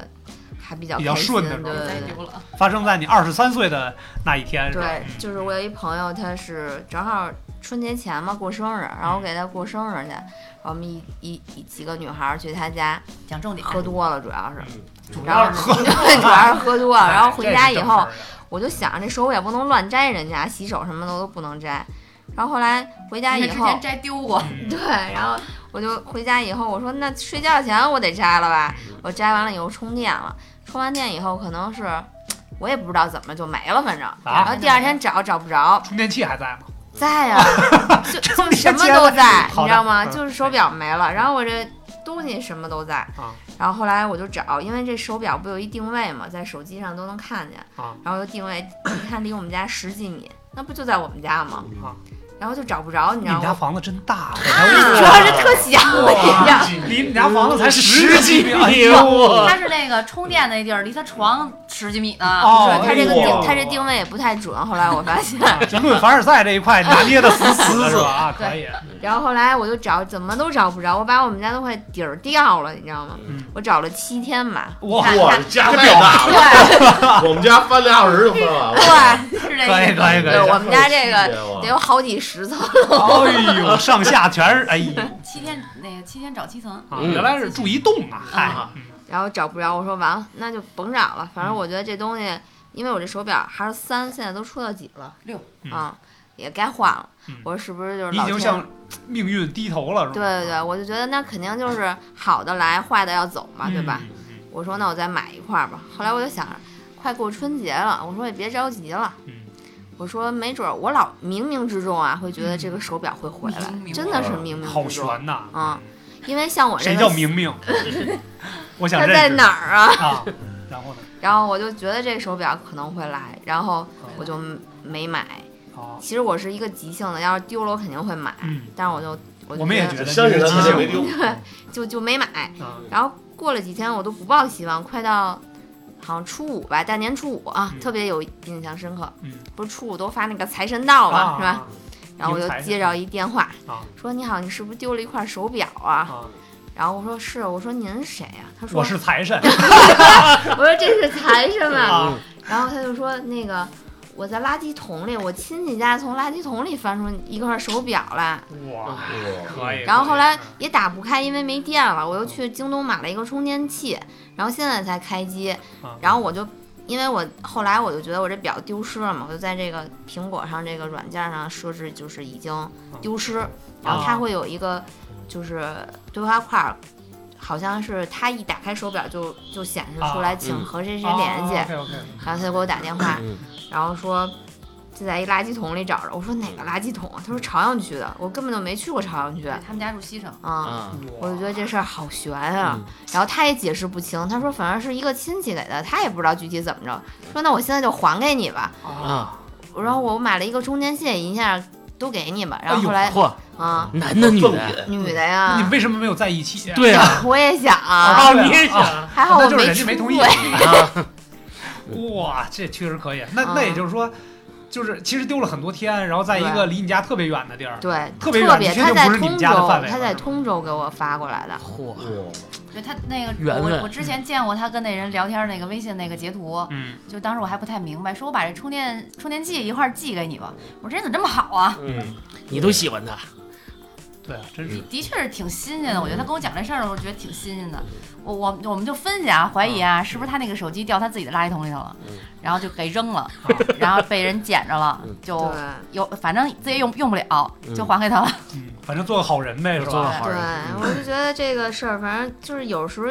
S5: 还比较
S2: 比较
S5: 开
S2: 顺
S5: 心
S2: 的时候
S5: 对对
S1: 再
S5: 对。
S1: 丢了，
S2: 发生在你二十三岁的那一天是吧？
S5: 对，就是我有一朋友，他是正好春节前嘛过生日，然后我给他过生日去，然后我们一一一几个女孩儿去他家
S1: 讲重点，
S5: 喝多了，主要是，
S2: 主
S5: 然后
S2: 要是喝
S5: 主要是喝多了，然后
S2: 这
S5: 回
S2: 是
S5: 家以
S2: 正
S5: 后
S2: 事儿，
S5: 我就想这手也不能乱摘人家，洗手什么的我都不能摘，然后后来回家
S1: 你
S5: 以
S1: 之
S5: 后，
S1: 前摘丢 过，
S2: 嗯
S5: 对，然后我就回家以后，我说那睡觉前我得摘了吧，我摘完了以后充电了，充完电以后可能是我也不知道怎么就没了，反正，
S2: 啊
S5: 然后第二天找找不着，
S2: 充电器还在吗？
S5: 在 呀、就就 什么都在，你知道吗？
S2: 嗯
S5: 就是手表没了，然后我这东西什么都在
S2: 啊。
S5: 然后后来我就找，因为这手表不有一定位嘛，在手机上都能看见
S2: 啊。
S5: 然后就定位，你看离我们家十几米，那不就在我们家吗
S2: 啊？
S5: 然后就找不着，你
S2: 你
S5: 知道
S2: 们家
S5: 吗？
S2: 房子真 大，啊
S3: 啊
S5: 主要是特小，你知道。
S2: 离你们家房子才十几米，哎
S3: 米，
S2: 呦
S3: 我
S1: 它是那个充电那地儿，离他床十几米呢。
S2: 哦
S5: 对，它这个定，
S2: 哇
S5: 它这定位也不太准。后来我发现，
S2: 这论凡尔赛这一块拿捏的死死的是吧？ 啊，
S1: 对
S2: 可以，
S5: 然后后来我就找，怎么都找不着，我把我们家都快底儿掉了，你知道吗
S2: 嗯？哦
S5: 我找了七天吧，
S2: 哇
S5: 看
S4: 哇，
S5: 看
S4: 你家太大了，
S5: 对
S4: 我们家翻俩小时就翻完了。啊
S5: 对
S1: 是这
S2: 可以，
S1: 意思。
S2: 可以，可
S5: 对，
S2: 以。
S5: 我们家这个得
S4: 个
S5: 有好几十层，
S2: 哎呦，上下全是，哎呦，
S1: 七天那个七天找七层，
S2: 啊原来是住一栋啊，嗨，
S4: 啊
S5: 然后找不着，我说完了，那就甭找了。
S2: 嗯
S5: 反正我觉得这东西，因为我这手表还是三，现在都出到几了？
S1: 六
S2: 嗯
S5: 啊，也该换了
S2: 嗯。
S5: 我说是不是就是
S2: 你
S5: 老
S2: 已经
S5: 天
S2: 向命运低头了，是吧？
S5: 对对对，我就觉得那肯定就是好的来，坏的要走嘛，对吧？
S2: 嗯？嗯
S5: 我说那我再买一块儿吧。后来我就想着，快过春节了，我说也别着急了。
S2: 嗯
S5: 我说没准儿我老冥冥之中啊，会觉得这个手表会回来，
S1: 冥冥
S5: 真的是冥
S2: 嗯
S5: 冥
S2: 好
S5: 之中。
S2: 悬呐！
S5: 嗯，因为像我这
S2: 谁
S5: 个
S2: 叫明明？我想
S5: 它
S2: 认识
S5: 在哪儿啊？
S2: 啊？然后呢？
S5: 然后我就觉得这个手表可能会来，然后我就没买。
S2: 啊，
S5: 其实我是一个急性的，要是丢了我肯定会买，
S2: 嗯，
S5: 但是我就我就
S2: 我们也
S5: 觉
S2: 觉
S5: 得
S2: 得
S4: 相信他
S2: 你
S4: 他
S2: 是
S4: 就没丢。
S5: 就就没买。
S2: 啊
S5: 然后过了几天，我都不抱希望，快到好像初五吧，大年初五啊，
S2: 嗯
S5: 特别有印象深刻。
S2: 嗯
S5: 不是初五都发那个财神到嘛，
S2: 啊
S5: 是吧？？然后我就
S2: 迎财神
S5: 接着一电话，
S2: 啊
S5: 说你好，你是不是丢了一块手表啊？
S2: 啊，
S5: 然后我说是，我说您是谁呀、他说
S2: 我是 财神，
S5: 我说这是财神吧。
S2: 啊
S5: 然后他就说那个我在垃圾桶里，我亲戚家从垃圾桶里翻出一块手表来。
S2: 哇，
S4: 哇
S2: 可以。
S5: 然后后来
S2: 可以
S5: 也打不开，因为没电了，我又去京东买了一个充电器，然后现在才开机
S2: 啊。
S5: 然后我就，因为我后来我就觉得我这表丢失了嘛，我就在这个苹果上这个软件上设置就是已经
S2: 嗯
S5: 丢失，然后它会有一个就是对话框儿，好像是它一打开手表就就显示出来，
S2: 啊哦
S5: 请和谁谁联系。
S2: OK OK，
S5: 然后他就给我打电话，
S3: 嗯
S5: 然后说就在一垃圾桶里找着。我说哪个垃圾桶啊？他说朝阳区的，我根本就没去过朝阳区
S1: 对
S5: 啊。
S1: 他们家住西城，
S3: 啊，
S5: 我就觉得这事儿好悬啊，
S3: 嗯
S5: 然后他也解释不清，他说反正是一个亲戚给的，他也不知道具体怎么着，说那我现在就还给你吧，
S3: 啊，
S5: 然后我买了一个充电线，一下都给你吧，然后后来
S3: 哎嚯，
S5: 啊、
S3: 男的女
S4: 赠
S3: 的，
S4: 品，
S5: 女的
S2: 那你
S5: 呀
S2: 们，为什么没有在一起？
S3: 对啊，
S5: 我也想啊，
S3: 哦，你也想
S5: 还好
S2: 那
S5: 我
S2: 就是人
S5: 出
S2: 家没同意。
S5: 轨，
S3: 啊？
S2: 哇，这确实可以。那
S5: 啊
S2: 那也就是说，就是其实丢了很多天，然后在一个离你家特别远的地儿，
S5: 对，
S2: 特
S5: 特
S2: 别远的确
S5: 他
S2: 就
S5: 在
S2: 不是你
S5: 通
S2: 们
S5: 州
S2: 家的范，围
S5: 他
S2: 了
S5: 在
S2: 是吧
S5: 通州给我发过来的，
S3: 嚯，
S1: 对他那个
S3: 圆
S1: 我
S3: 润
S1: 我之前见过他跟那人聊天那个微信那个截图，
S2: 嗯，
S1: 就当时我还不太明白，说我把这充电充电器一块儿寄给你吧。我说这人怎么这么好啊？
S3: 嗯，你都喜欢他，
S2: 对啊，真
S1: 的
S2: 是
S1: 的确是挺新鲜的，我觉得他跟我讲这事儿的时候，我觉得挺新鲜的。我我我们就分析啊，怀疑啊，是不是他那个手机掉他自己的垃圾桶里头了
S3: 嗯，
S1: 然后就给扔了
S2: 啊，
S1: 然后被人捡着了
S3: 嗯，
S2: 哦
S1: 就
S5: 对。
S1: 有反正自己也用用不了，就
S3: 嗯
S1: 还给他了。
S2: 嗯，反正做个好人呗，是
S3: 做个
S2: 吧？
S3: 好
S5: 对
S3: 人，，
S5: 我就觉得这个事儿，反正就是有时候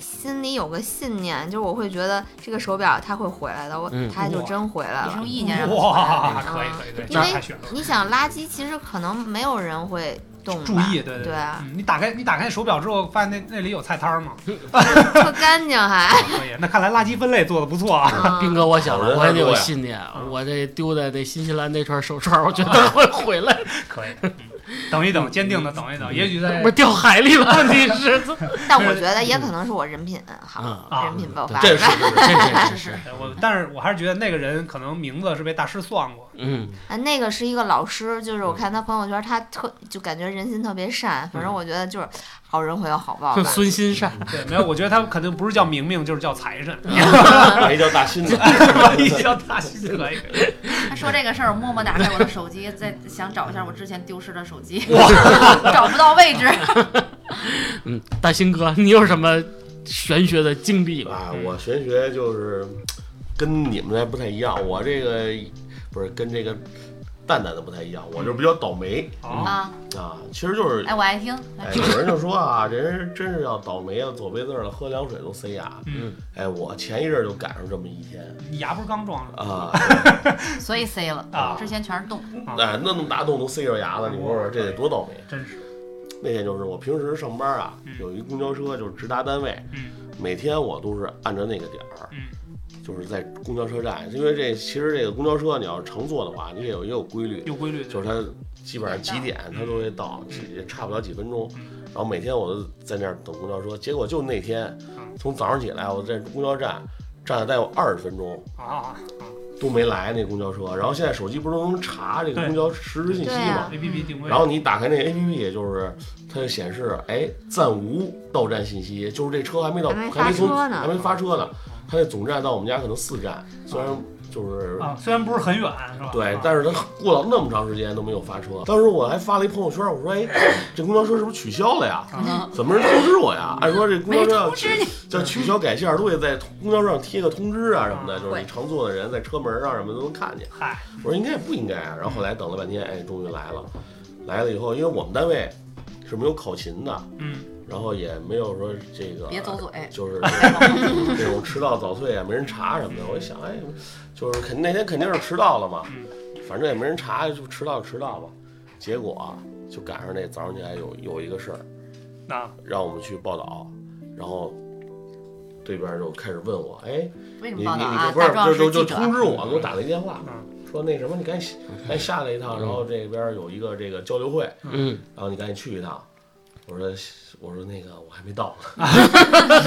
S5: 心里有个信念，就是我会觉得这个手表它会回来的，我
S3: 嗯
S5: 它就真回来
S1: 也是
S5: 了
S1: 用。意念让他回来
S2: 哇，
S5: 嗯
S2: 可以可以可以，
S5: 因为
S2: 那太悬了。
S5: 你想，垃圾其实可能没有人会动吧
S2: 注意，对
S5: 对啊
S2: 嗯你打开你打开手表之后，发现那那里有菜摊儿嘛，
S5: 特干 净还。
S2: 可以。那看来垃圾分类做的不错啊。
S3: 斌哥，我想
S4: 好人
S3: 了，我还得
S4: 还
S3: 有
S4: 多呀
S3: 信念
S2: 嗯，
S3: 我这丢在那新西兰那串手串，我觉得会回来，
S2: 可以，嗯等一等，坚定的等一等，也许在
S3: 不是掉海里了？ 问题是，
S5: 但我觉得也可能是我人品好，
S2: 嗯啊
S5: 人品爆发。
S4: 这是是是
S3: 这是 是，
S2: 对呃我，但是我还是觉得那个人可能名字是被大师算过，
S3: 嗯，
S5: 啊，那个是一个老师，就是我
S2: 嗯
S5: 看他朋友圈，他特就感觉人心特别善，反正我觉得就是好人会有好报吧。
S3: 孙心善，
S2: 对，没有，我觉得他肯定不是叫明明，就是叫财神，
S4: 万一叫大新的，
S2: 一叫大师就可以。
S1: 他说这个事儿，我默默拿开我的手机，在想找一下我之前丢失的手机， 找不到位置。
S3: 嗯，大兴哥，你有什么玄学的经历吗？
S4: 啊，我玄学就是跟你们那不太一样，我这个不是跟这个蛋蛋的不太一样，我这比较倒霉
S2: 哦，
S1: 啊，
S4: 啊，其实就是。
S1: 哎，我爱听，
S4: 哎，有人就说啊，这人真是要倒霉了，啊左杯子儿了，喝凉水都塞牙。
S2: 嗯，
S4: 哎，我前一阵儿就赶上这么一天
S2: 你牙不是刚装的
S4: 啊，
S1: 所以塞了
S2: 啊，
S1: 之前全是洞。
S4: 哎，那那么大洞都塞着牙了，你说说这得多倒霉？
S2: 真是
S4: 那天就是我平时上班啊，有一公交车就是直达单位，
S2: 嗯
S4: 每天我都是按着那个点儿，
S2: 嗯
S4: 就是在公交车站，因为这其实这个公交车你要是常坐的话，你也有也有规律，
S2: 有规律的，
S4: 就是它基本上几点它都会到，几也差不了几分钟。然后每天我都在那儿等公交车，结果就那天
S2: 嗯
S4: 从早上起来我在公交站站了得有二十分钟
S2: 啊啊
S4: 都没来那公交车，然后现在手机不是都能查这个
S2: 对
S4: 公交实时信息
S5: 对
S4: 吗
S5: 啊？
S2: ，A P P 定位，
S4: 然后你打开那 APP，也就是它就显示，哎，暂无到站信息，就是这车还没到，
S5: 还没
S4: 还没
S5: 发
S4: 从，
S5: 车呢
S4: 还没发车呢。它那总站到我们家可能四站，虽然就是、
S2: 啊，虽然不是很远，是吧？
S4: 对
S2: 啊，
S4: 但是它过了那么长时间都没有发车。当时我还发了一朋友圈，我说，哎， 这公交车是不是取消了呀？
S1: 嗯
S2: 啊
S4: 怎么没人通知我呀？按说这公交车要
S1: 没通知
S4: 取叫取消改线，都得在公交车上贴个通知啊什么的，就是你常坐的人在车门啊上什么都能看见。
S2: 嗨，
S4: 我说应该也不应该啊。然后后来等了半天，哎，终于来了。来了以后，因为我们单位是没有考勤的，
S2: 嗯，
S4: 然后也没有说这个
S1: 别走嘴哎
S4: 就是这种迟到早退啊，没人查什么的。我一想，哎，就是肯那天肯定是迟到了嘛，反正也没人查，就迟到就迟到吧。结果啊就赶上那早上起来有有一个事儿，
S2: 那
S4: 让我们去报道，然后对边就开始问我，哎，
S1: 为什么
S4: 你你
S1: 报道
S4: 你
S1: 啊？
S4: 不
S1: 大
S4: 是
S1: 壮
S4: 就是就就
S1: 记者
S4: 通，知我，给我打了一电话
S2: 嗯，
S4: 说那什么你赶紧赶紧下来一趟，然后这边有一个这个交流会，
S3: 嗯，
S4: 然后你赶紧去一趟。我说我说那个我还没到呢，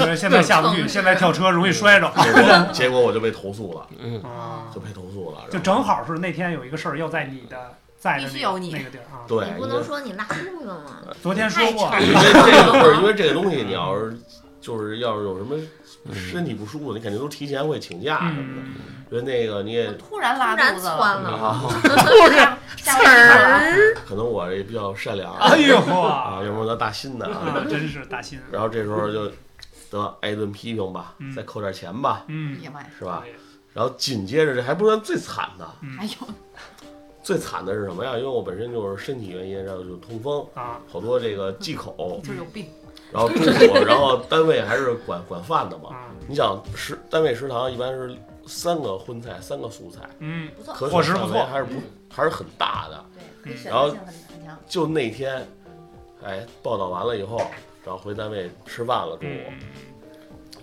S2: 因为现在下不去，
S1: 嗯
S2: 现在跳车容易摔 着，
S4: 结 果结果我就被投诉了，
S2: 啊，
S4: 就被投诉了，然后
S2: 就正好是那天有一个事儿要在你的在的那
S1: 必须
S2: 个
S1: 有你
S2: 那个地儿啊。
S4: 对，
S5: 你不
S4: 因
S5: 能
S4: 为
S5: 说你拉肚子吗？
S2: 昨天说过，
S4: 因为这个不是因为这个东西，你要是就是要是有什么身体不舒服，你肯定都提前会请假什么的，
S2: 嗯，
S4: 所以那个你也
S1: 突然拉
S5: 突然
S1: 肚子
S5: 窜
S3: 嗯
S1: 了，
S5: 了，
S4: 啊，
S3: 不是
S1: 吓 我一跳啊！
S4: 可能我也比较善良啊，
S2: 哎呦哇，
S4: 啊，要不然叫大新的啊。
S2: 啊真是大心，
S4: 然后这时候就得挨顿批评吧，
S2: 嗯
S4: 再扣点钱吧，
S2: 嗯
S1: 哎，呀妈呀！
S4: 是吧？然后紧接着这还不算最惨的，
S1: 哎呦，
S4: 最惨的是什么呀？因为我本身就是身体原因，然后就痛风，
S2: 啊，
S4: 好多这个忌口，
S1: 就是有病，
S4: 然后中暑，然后单位还是管管饭的嘛。
S2: 啊，
S4: 你想食单位食堂一般是三个荤菜，三个素菜，
S2: 嗯，
S1: 不错，
S4: 可
S2: 伙
S4: 选
S2: 食不
S4: 范围
S2: 错
S4: 还是不还是很大的。
S1: 对，可以选
S4: 然后
S1: 择性很很强。
S4: 就那天，哎，报道完了以后，然后回单位吃饭了，中午。
S2: 嗯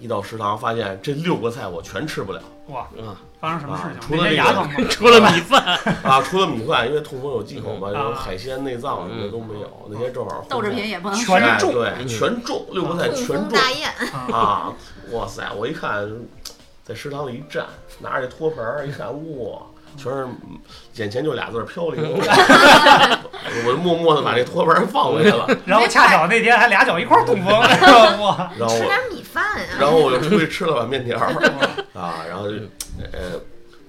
S4: 一到食堂，发现这六个菜我全吃不了
S2: 哇，
S3: 啊，
S2: 发生什么事
S4: 啊
S2: 情？
S4: 除
S2: 那
S4: 了
S2: 天
S4: 这个
S2: 牙疼 吗？
S3: 除了米饭，
S4: 啊！除了米饭，因为痛风有忌口嘛，
S2: 嗯
S4: 有
S2: 啊嗯
S4: 海鲜、内脏什么的都没有。那天正好
S1: 豆制品也不能吃，
S2: 全
S4: 哎
S2: 中嗯
S4: 对，全中六个菜
S1: 嗯
S5: 痛
S4: 全
S5: 风
S4: 中
S5: 大宴，
S4: 啊！哇塞，我一看，在食堂里一站，拿着这托盘儿一看，哇，全是眼前就俩字儿飘零。
S2: 嗯
S4: 我就默默的把这托盘儿放回去了，
S2: 然后恰巧那天还俩脚一块儿痛 风，是吧哇，
S4: 然后
S5: 吃
S4: 我
S5: 点米饭
S7: 啊
S5: 呀、
S4: 然后我就出去吃了碗面条儿
S2: 嗯
S4: 啊，然后就呃，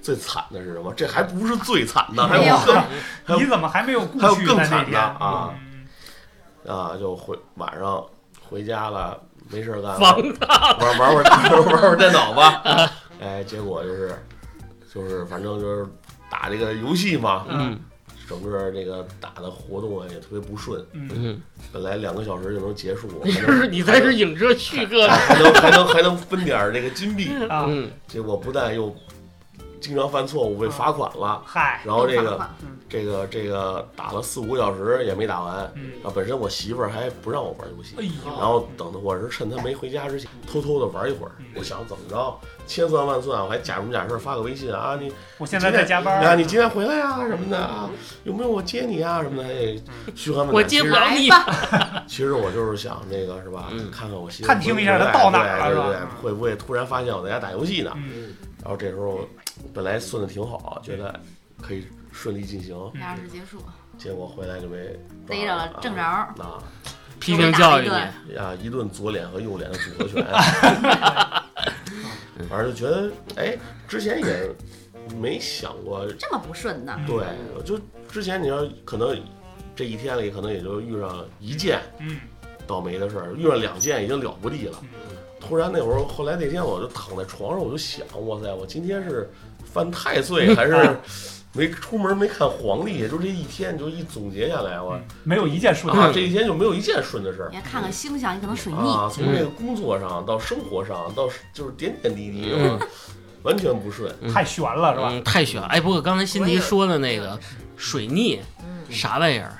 S4: 最惨的是什么？这还不是最惨的，
S2: 嗯
S4: 还
S1: 哎
S4: 有更还有
S2: 哎你怎么还没有故
S4: 还有
S2: 去
S4: 更
S2: 在那
S4: 惨的
S2: 天？
S4: 啊啊！就回晚上回家了，没事儿干，
S3: 防
S4: 玩玩会儿 玩会儿电脑吧。哎，结果就是就是反正就是打这个游戏嘛，
S3: 嗯
S4: 整个这个打的活动啊也特别不顺，
S3: 嗯，
S4: 本来两个小时就能结束，
S3: 你
S4: 还能
S3: 是你才是影射
S4: 啊
S3: 旭哥，
S4: 还能还能还能分点儿那个金币。
S2: 啊，
S3: 嗯，
S4: 结果不但又经常犯错误被罚款了，
S2: 嗨，
S4: 然后这
S5: 罚
S4: 个
S5: 款
S4: 这个这个打了四五个小时也没打完，
S2: 嗯
S4: 然，啊后本身我媳妇儿还不让我玩游戏
S2: 哎，呦，
S4: 然后等她我是趁她没回家之前偷偷的玩一会儿
S2: 嗯，
S4: 我想怎么着，千算万算，我还假模假式发个微信啊，你
S2: 我现在在加班
S4: 啊
S2: 儿，
S4: 你今天回来呀、什么的啊，有没有我接你啊什么的，哎，
S2: 嗯
S4: 嘘寒问暖。
S3: 我接不
S4: 其实
S3: 了你，
S4: 其实我就是想那个是吧
S3: 嗯，
S4: 看看我媳妇
S2: 探听一下她到哪儿了
S4: 对
S2: 是
S4: 对
S2: 吧
S4: 对，会不会突然发现我在家打游戏呢？
S2: 嗯，
S4: 然后这时候本来顺的挺好，觉得可以顺利进行，
S1: 哎这样是结束，
S4: 结果回来就被
S1: 逮着了，正着。
S4: 啊
S1: 儿，
S4: 啊
S3: 批评教育
S1: 又
S3: 你
S1: 打了一顿，
S4: 呀，啊一顿左脸和右脸的组合拳，反正就觉得哎，之前也没想过，
S1: 这么不顺呢？
S4: 对，我就之前你要可能这一天里可能也就遇上一件
S2: 嗯，
S4: 倒霉的事儿，遇上两件已经了不地了
S2: 嗯。
S4: 突然那会儿，后来那天我就躺在床上，我就想，哇塞，我今天是犯太岁还是没出门没看黄历？就这一天，就一总结下来，我
S2: 嗯没有一件顺
S4: 啊
S3: 嗯
S2: 的，
S4: 这一天就没有一件顺的事儿
S1: 你。要看看星象，你可能水逆。
S4: 嗯啊，从这个工作上到生活上到是就是点点滴滴，
S3: 嗯
S4: 完全不顺。
S2: 太悬了是吧？
S3: 嗯，太悬。哎，不过刚才辛迪说的那个水逆
S5: 嗯，
S3: 啥玩意儿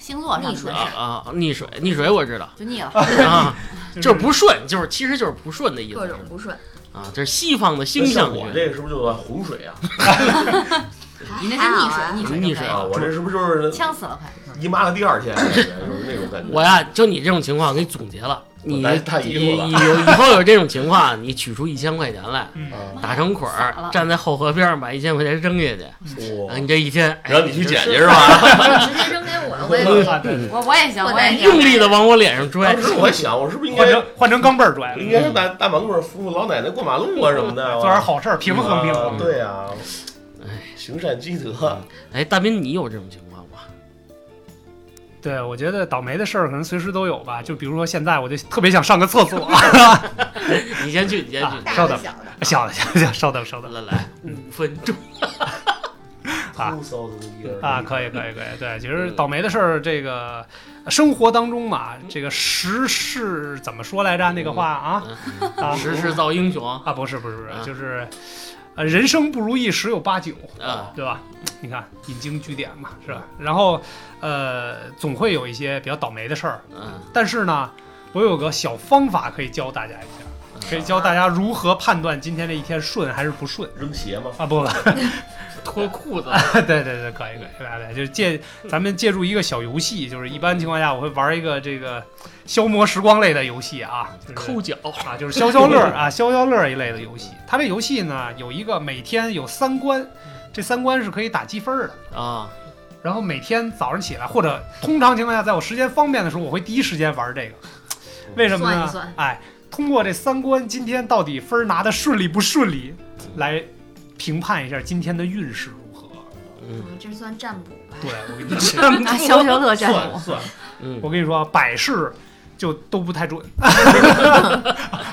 S1: 星座上
S5: 逆
S1: 说
S5: 水
S3: 啊啊？逆水，逆水我知道
S1: 就腻了，
S3: 啊，就是不顺，就是其实就是不顺的意
S5: 各
S3: 思
S5: 种不顺，
S3: 啊。这是西方的星
S4: 那像
S3: 象
S4: 我
S3: 学，
S4: 这个是不是就算洪水啊？
S1: 你那
S5: 还好
S1: 是
S5: 啊
S1: 逆水，
S3: 逆
S1: 逆水
S3: 水
S4: 啊，
S1: 就
S4: 我这是不是就
S1: 可以，
S4: 是
S1: 呛死了快。
S4: 姨妈的第二天，啊就是那种感觉。
S3: 我呀，就你这种情况，我给你总结了。你
S4: 我太太疑
S3: 以
S4: 惑了
S3: 以以后有这种情况，你取出一千块钱来，
S2: 嗯
S4: 啊，
S3: 打成捆
S1: 傻
S3: 儿，
S1: 了
S3: 站在后河边上把一千块钱扔下去。啊，
S4: 哇
S3: 你这一天，哎
S4: 然后你去捡去是吧？
S5: 直接扔给我，我也
S2: 对吧啊
S4: 嗯
S2: 对
S1: 我我也啊行，
S5: 我
S1: 我也
S5: 能
S1: 行。
S3: 用力的 往我脸上拽
S4: 当。时我还想，我是不是应
S2: 换
S4: 该
S2: 成换成钢镚儿拽，
S4: 应该是大大盲棍儿扶扶老奶奶过马路啊什么的？
S2: 做点好事儿，平衡平
S4: 啊
S2: 衡。
S4: 对啊
S3: 哎，
S4: 行善积德。
S3: 哎，大斌，你有这种情况吗？
S2: 对，我觉得倒霉的事儿可能随时都有吧。就比如说现在，我就特别想上个厕所。啊
S3: 你先去，你先去。
S5: 大
S2: 稍
S5: 的
S2: 等
S5: 小的，
S2: 小小小，稍等稍等
S3: 来来，五分钟。
S2: 啊
S4: Two thousand years
S2: 啊，可以可以可以。对，其实倒霉的事儿，这个生活当中嘛，这个时事怎么说来着？那个话啊啊
S3: 嗯时势造英雄
S2: 啊，不是不是不是
S3: 啊，
S2: 就是呃，人生不如意十有八九。
S3: 啊，
S2: 对吧？你看引经据典嘛，是吧？
S3: 嗯
S2: 然后，呃，总会有一些比较倒霉的事儿，
S3: 嗯，
S2: 但是呢，我有个小方法可以教大家一下，可以
S3: 啊
S2: 教大家如何判断今天这一天顺还是不顺
S4: 扔鞋吗？
S2: 啊？不不，
S3: 脱裤子，
S2: 对 对对，可以可以，对吧对，就是借咱们借助一个小游戏，就是一般情况下我会玩一个这个消磨时光类的游戏啊，就是
S3: 抠脚，
S2: 啊，就是消消乐儿啊，消消乐儿一类的游戏。它这游戏呢有一个每天有三关，这三关是可以打积分儿的。
S3: 啊，
S2: 然后每天早上起来，或者通常情况下，在我时间方便的时候，我会第一时间玩这个。为什么呢？
S1: 啊
S5: 算一算
S2: 哎，通过这三关，今天到底分儿拿的顺利不顺利，来评判一下今天的运势如何。
S3: 嗯
S5: 嗯这算占卜吧？
S2: 对我跟你
S1: 拿啊消消乐占卜
S4: 算，算，
S3: 嗯，
S2: 我跟你说，百事就都不太准，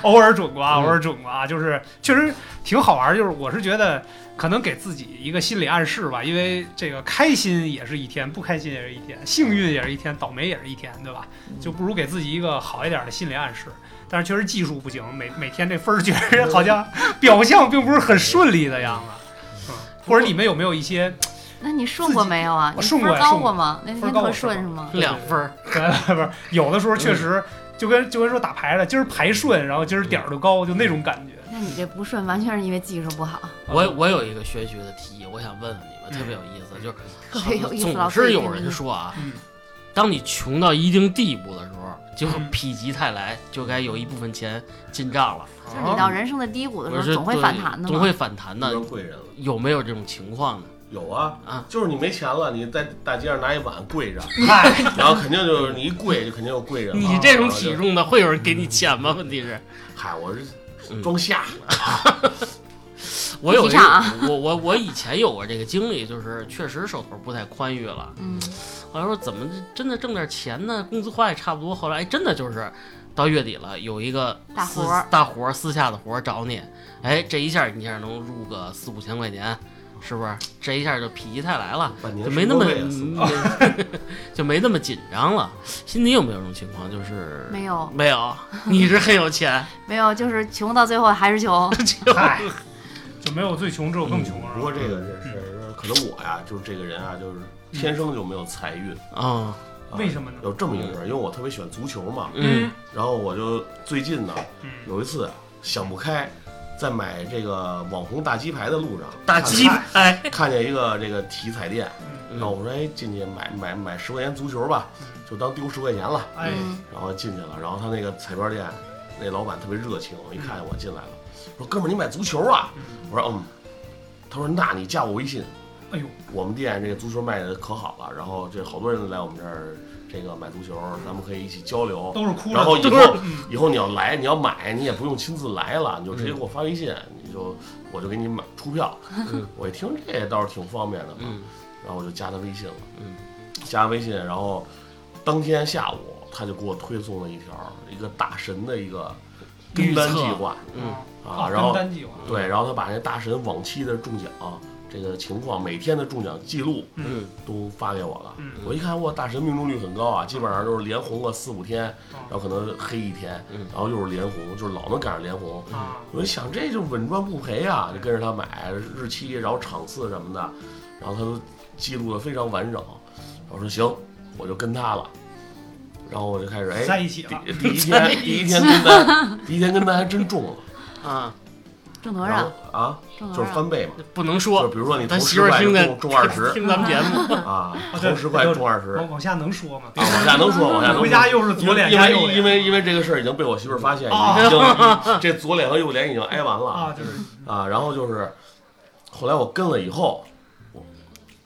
S2: 偶尔准过啊，
S3: 嗯
S2: 偶尔准过啊，就是确实挺好玩儿。就是我是觉得，可能给自己一个心理暗示吧，因为这个开心也是一天，不开心也是一天，幸运也是一天，倒霉也是一天，对吧？就不如给自己一个好一点的心理暗示。但是确实技术不行，每每天这分儿确实好像表象并不是很顺利的样子。嗯，或者你们有没有一些
S1: 那你顺过没有啊？
S2: 我
S1: 你
S2: 顺过
S1: 分
S2: 呀
S1: 高
S2: 顺过
S1: 过吗？那
S2: 分
S1: 天
S2: 高我
S1: 特
S2: 顺
S1: 顺是吗？
S3: 两分儿，
S2: 不是，有的时候
S4: 嗯
S2: 确实就跟就跟说打牌了，今儿牌顺，然后今儿点儿就高，就那种感觉。
S1: 那你这不顺，完全是因为技术不好。
S2: 嗯
S3: 我我有一个玄学的提议，我想问问你们，特别有意思，就是
S1: 特别有意思
S3: 总
S1: 老师
S3: 是
S1: 一
S3: 有
S1: 听
S3: 人
S1: 就
S3: 说啊
S2: 嗯，
S3: 当你穷到一定地步的时候，就
S2: 嗯
S3: 否极泰来，就该有一部分钱进账了，
S1: 嗯就是
S4: 啊
S2: 啊
S1: 你到人生的低谷的时
S3: 我
S1: 候，
S3: 是
S1: 总会反弹的
S3: 总
S1: 嘛。
S3: 会反弹
S4: 遇
S3: 的
S4: 上。贵人了。
S3: 有没有这种情况呢？
S4: 有啊，
S3: 啊，
S4: 就是你没钱了，你在大街上拿一碗 跪着，
S2: 嗨，
S4: 然后肯定就是你一跪就肯定有贵人嘛。
S3: 你这种
S4: 然后就
S3: 体，重的，会有人给你钱吗？问题是，
S4: 嗨，我
S3: 嗯
S4: 是装瞎。
S3: 我有一
S1: 提倡啊
S3: 我我我以前有过这个经历，就是确实手头不太宽裕了。
S1: 嗯，
S3: 后来说怎么真的挣点钱呢？工资花也差不多。后来哎真的就是到月底了，有一个
S1: 大
S3: 私
S1: 活儿
S3: 大活儿私下的活儿找你，哎，这一下你这能入个四五千块钱，是不是？这一下就否极泰来了，
S4: 半年
S3: 就没那么、嗯
S4: 生活费啊
S3: 就没那么紧张了。心里有没有这种情况？就是
S1: 没有
S3: 没有，你是很有钱，
S1: 没有，就是穷到最后还是穷。
S2: 嗨，就没有最穷，
S3: 嗯
S2: 只有更穷。啊是吧
S4: 嗯不过这个这是可能我呀，就是这个人啊，就是天生就没有财运。
S3: 啊，
S4: 啊
S2: 为什么呢
S4: 有这么一个事儿，因为我特别喜欢足球嘛，
S3: 嗯
S4: 然后我就最近呢
S2: 嗯，
S4: 有一次想不开，在买这个网红大鸡排的路上，
S3: 大鸡排，
S4: 看见一个这个体彩店，
S2: 嗯
S4: 然后我说哎进去买买买十块钱足球吧，就当丢十块钱了。
S2: 哎，
S1: 嗯
S4: 然后进去了，然后他那个彩票店那老板特别热情，一看见我进来了，说哥们儿你买足球啊？我说嗯，他说那你加我微信，
S2: 哎呦，
S4: 我们店这个足球卖的可好了，然后这好多人来我们这儿这个买足球，咱们可以一起交流。
S2: 都是哭
S4: 然
S2: 着
S4: 后以
S3: 都
S4: 后
S2: 嗯
S4: 以后你要来，你要买，你也不用亲自来了，你就直接给我发微信，你就我就给你买出票
S3: 嗯。
S4: 我一听这倒是挺方便的嘛，
S3: 嗯
S4: 然后我就加他微信了。
S3: 嗯，
S4: 加微信，然后当天下午他就给我推送了一条一个大神的一个跟单计划
S3: 嗯
S4: 啊，然
S2: 跟
S4: 后
S2: 单计划，
S4: 对，然后他把那大神往期的中奖、这个情况，每天的中奖记录
S3: 嗯
S4: 都发给我了。
S2: 嗯
S4: 我一看，哇，大神命中率很高啊，基本上就是连红个四五天，
S2: 哦
S4: 然后可能黑一天，
S3: 嗯
S4: 然后又是连红，就是老能赶上连红。
S2: 啊，
S4: 我一想，这就稳赚不赔啊，就跟着他买日期，然后场次什么的，然后他都记录的非常完整。我说行，我就跟他了。然后我就开始哎，
S2: 在一起了，
S4: 第第一天第一天跟单， 第一天跟单还真中了，
S3: 啊，
S1: 挣多
S4: 然
S1: 少
S4: 后？啊
S1: 挣
S4: 就是
S1: 多少？
S4: 翻倍嘛，
S3: 不能
S4: 就是
S3: 说，
S4: 比如说你投
S3: 咱媳
S4: 十
S3: 妇儿
S4: 块
S3: 听
S4: 中
S3: 的
S4: 中二十
S3: 听咱们节目，
S4: 啊，
S2: 啊对
S4: 投十块中二十
S2: 往
S4: 啊，
S2: 往下能说吗？
S4: 往下能说往下能
S2: 回
S4: 说。
S2: 家又是左脸
S4: 因
S2: 加
S4: 为
S2: 右
S4: 因为因
S2: 脸
S4: 为因为这个事儿已经被我媳妇儿发现，
S2: 啊
S4: 已经这左脸和右脸已经挨完了
S2: 啊，就是
S4: 啊，然后就是后来我跟了以后，我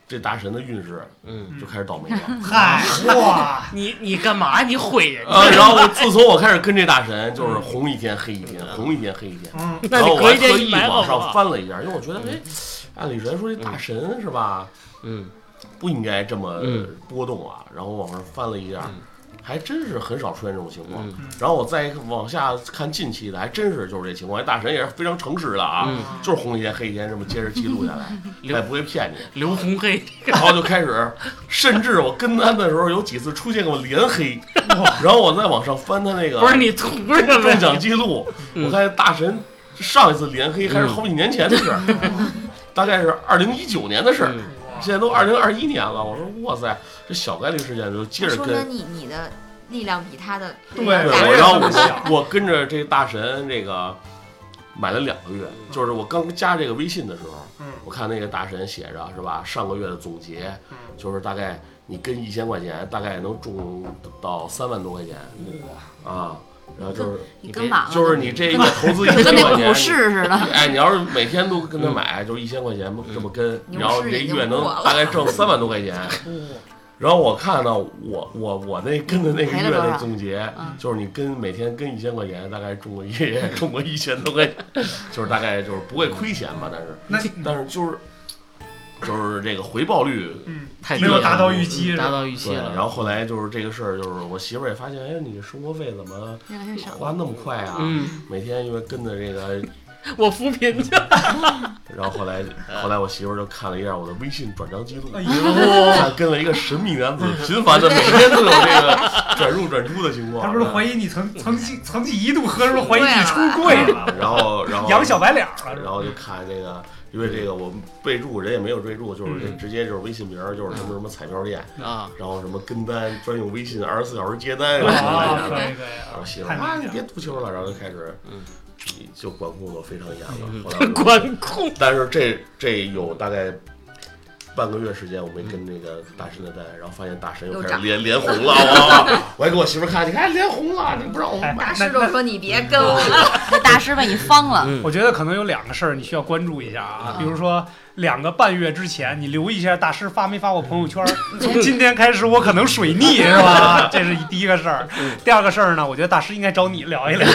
S4: 这大神的运势
S3: 嗯，
S4: 就开始倒霉了。
S2: 嗨哇，
S3: 你你干嘛？你毁人
S4: 啊，
S3: 家？
S4: 然后我自从我开始跟这大神，就是红一天黑一天，红一天黑一天。
S2: 嗯，
S3: 那
S4: 然后
S3: 你
S4: 我
S3: 隔
S4: 还
S3: 一
S4: 特
S3: 天一
S4: 意
S3: 买好
S4: 往
S3: 不
S4: 上
S3: 好？
S4: 翻了一下，因为我觉得，哎，按理来说这大神是吧，
S3: 嗯
S4: 不应该这么
S3: 嗯
S4: 波动啊。然后往上翻了一下
S3: 嗯，
S4: 还真是很少出现这种情况。
S3: 嗯
S4: 然后我再往下看近期的，还真是就是这情况。大神也是非常诚实的啊，
S3: 嗯，
S4: 就是红一天黑一天这么接着记录下 来，他也不会骗你。
S3: 刘红黑，
S4: 然后就开始，甚至我跟单的时候有几次出现过连黑，然后我再往上翻他那个
S3: 不是你图什么
S4: 中奖
S3: 呀？
S4: 记录，
S3: 嗯
S4: 我看大神上一次连黑还是好几年前的事儿， 大概是二零一九年的事儿，
S3: 嗯
S4: 现在都二零二一年了。我说哇塞，这小概率事件就接着
S5: 说
S4: 跟
S5: 明。你你的力量比他的
S2: 对
S5: 大
S4: 对，
S2: 咱
S4: 我
S2: 也
S4: 然后
S2: 这么想
S4: 我我跟着这大神这个买了两个月，就是我刚加这个微信的时候，
S2: 嗯
S4: 我看那个大神写着是吧，上个月的总结，
S2: 嗯
S4: 就是大概你跟一千块钱，大概能中到三万多块钱啊。然后就是
S1: 你跟满了，
S4: 就是你这个投资一
S1: 你
S4: 千
S1: 跟那
S4: 块
S1: 股
S4: 钱，
S1: 市啊似的。
S4: 哎，你要是每天都跟他买，就是一千块钱这么跟，
S5: 牛
S4: 然后
S5: 市
S4: 你这
S5: 已
S4: 一
S5: 经
S4: 月能
S5: 过了
S4: 大概挣三万多块钱。然后我看到我我我那跟的那个
S1: 赔了
S4: 月
S1: 多
S4: 的
S1: 少
S4: 总结
S1: 嗯，
S4: 就是你跟每天跟一千块钱，大概中个一 中个一千多块钱，就是大概就是不会亏钱吧，但是
S2: 那
S4: 但是就是就是这个回报率
S2: 嗯，
S3: 太
S2: 没有达到预
S4: 低
S2: 期，
S3: 达到预期
S4: 对，
S3: 了。
S4: 然后后来就是这个事儿，就是我媳妇儿也发现，哎，你生活费怎么
S1: 越来越少。
S4: 花那么快啊？
S3: 嗯，
S4: 每天因为跟着这个，
S3: 我扶贫去。
S4: 然后后来
S3: 呃
S4: 后来我媳妇儿就看了一下我的微信转账记录，
S2: 哎
S4: 看跟了一个神 秘男子，频繁的每天都有这个转入转出的情况。
S2: 他不是怀疑你曾曾经曾经一度和是怀疑你
S5: 啊
S2: 出柜
S4: 对
S2: 了，
S4: 啊然后然后
S2: 养小白脸了，是
S4: 然
S2: 吧？
S4: 后就看这个，因为这个我们备注人也没有备注，就是
S3: 嗯
S4: 这直接就是微信名儿，就是什么什么彩票店，
S3: 啊，
S4: 然后什么跟单专用微信，二十四小时接单，然后
S2: 啊，可以可以啊
S4: 然后媳妇
S2: 太
S4: 儿
S2: 明
S4: 啊，
S2: 显
S4: 你
S2: 了
S4: 别读球了，然后就开始，
S3: 嗯，
S4: 就管控的非常严了。后来我 就
S3: 管控
S4: 但是这这有大概半个月时间，我
S3: 嗯
S4: 没跟那个大神的单，然后发现大神又
S5: 又
S4: 开始
S5: 涨
S4: 连连红 了，哇！我还给我媳妇儿看，你看连红了，你不让我
S2: 哎
S4: 买，
S5: 大
S2: 那
S5: 师都说你别跟我，
S1: 那 大师被你方了，
S3: 嗯
S2: 我觉得可能有两个事儿你需要关注一下啊，
S1: 嗯
S2: 比如说两个半月之前，你留意一下大师发没发我朋友圈儿。从今天开始，我可能水逆是吧？这是第一个事儿。第二个事儿呢，我觉得大师应该找你聊一聊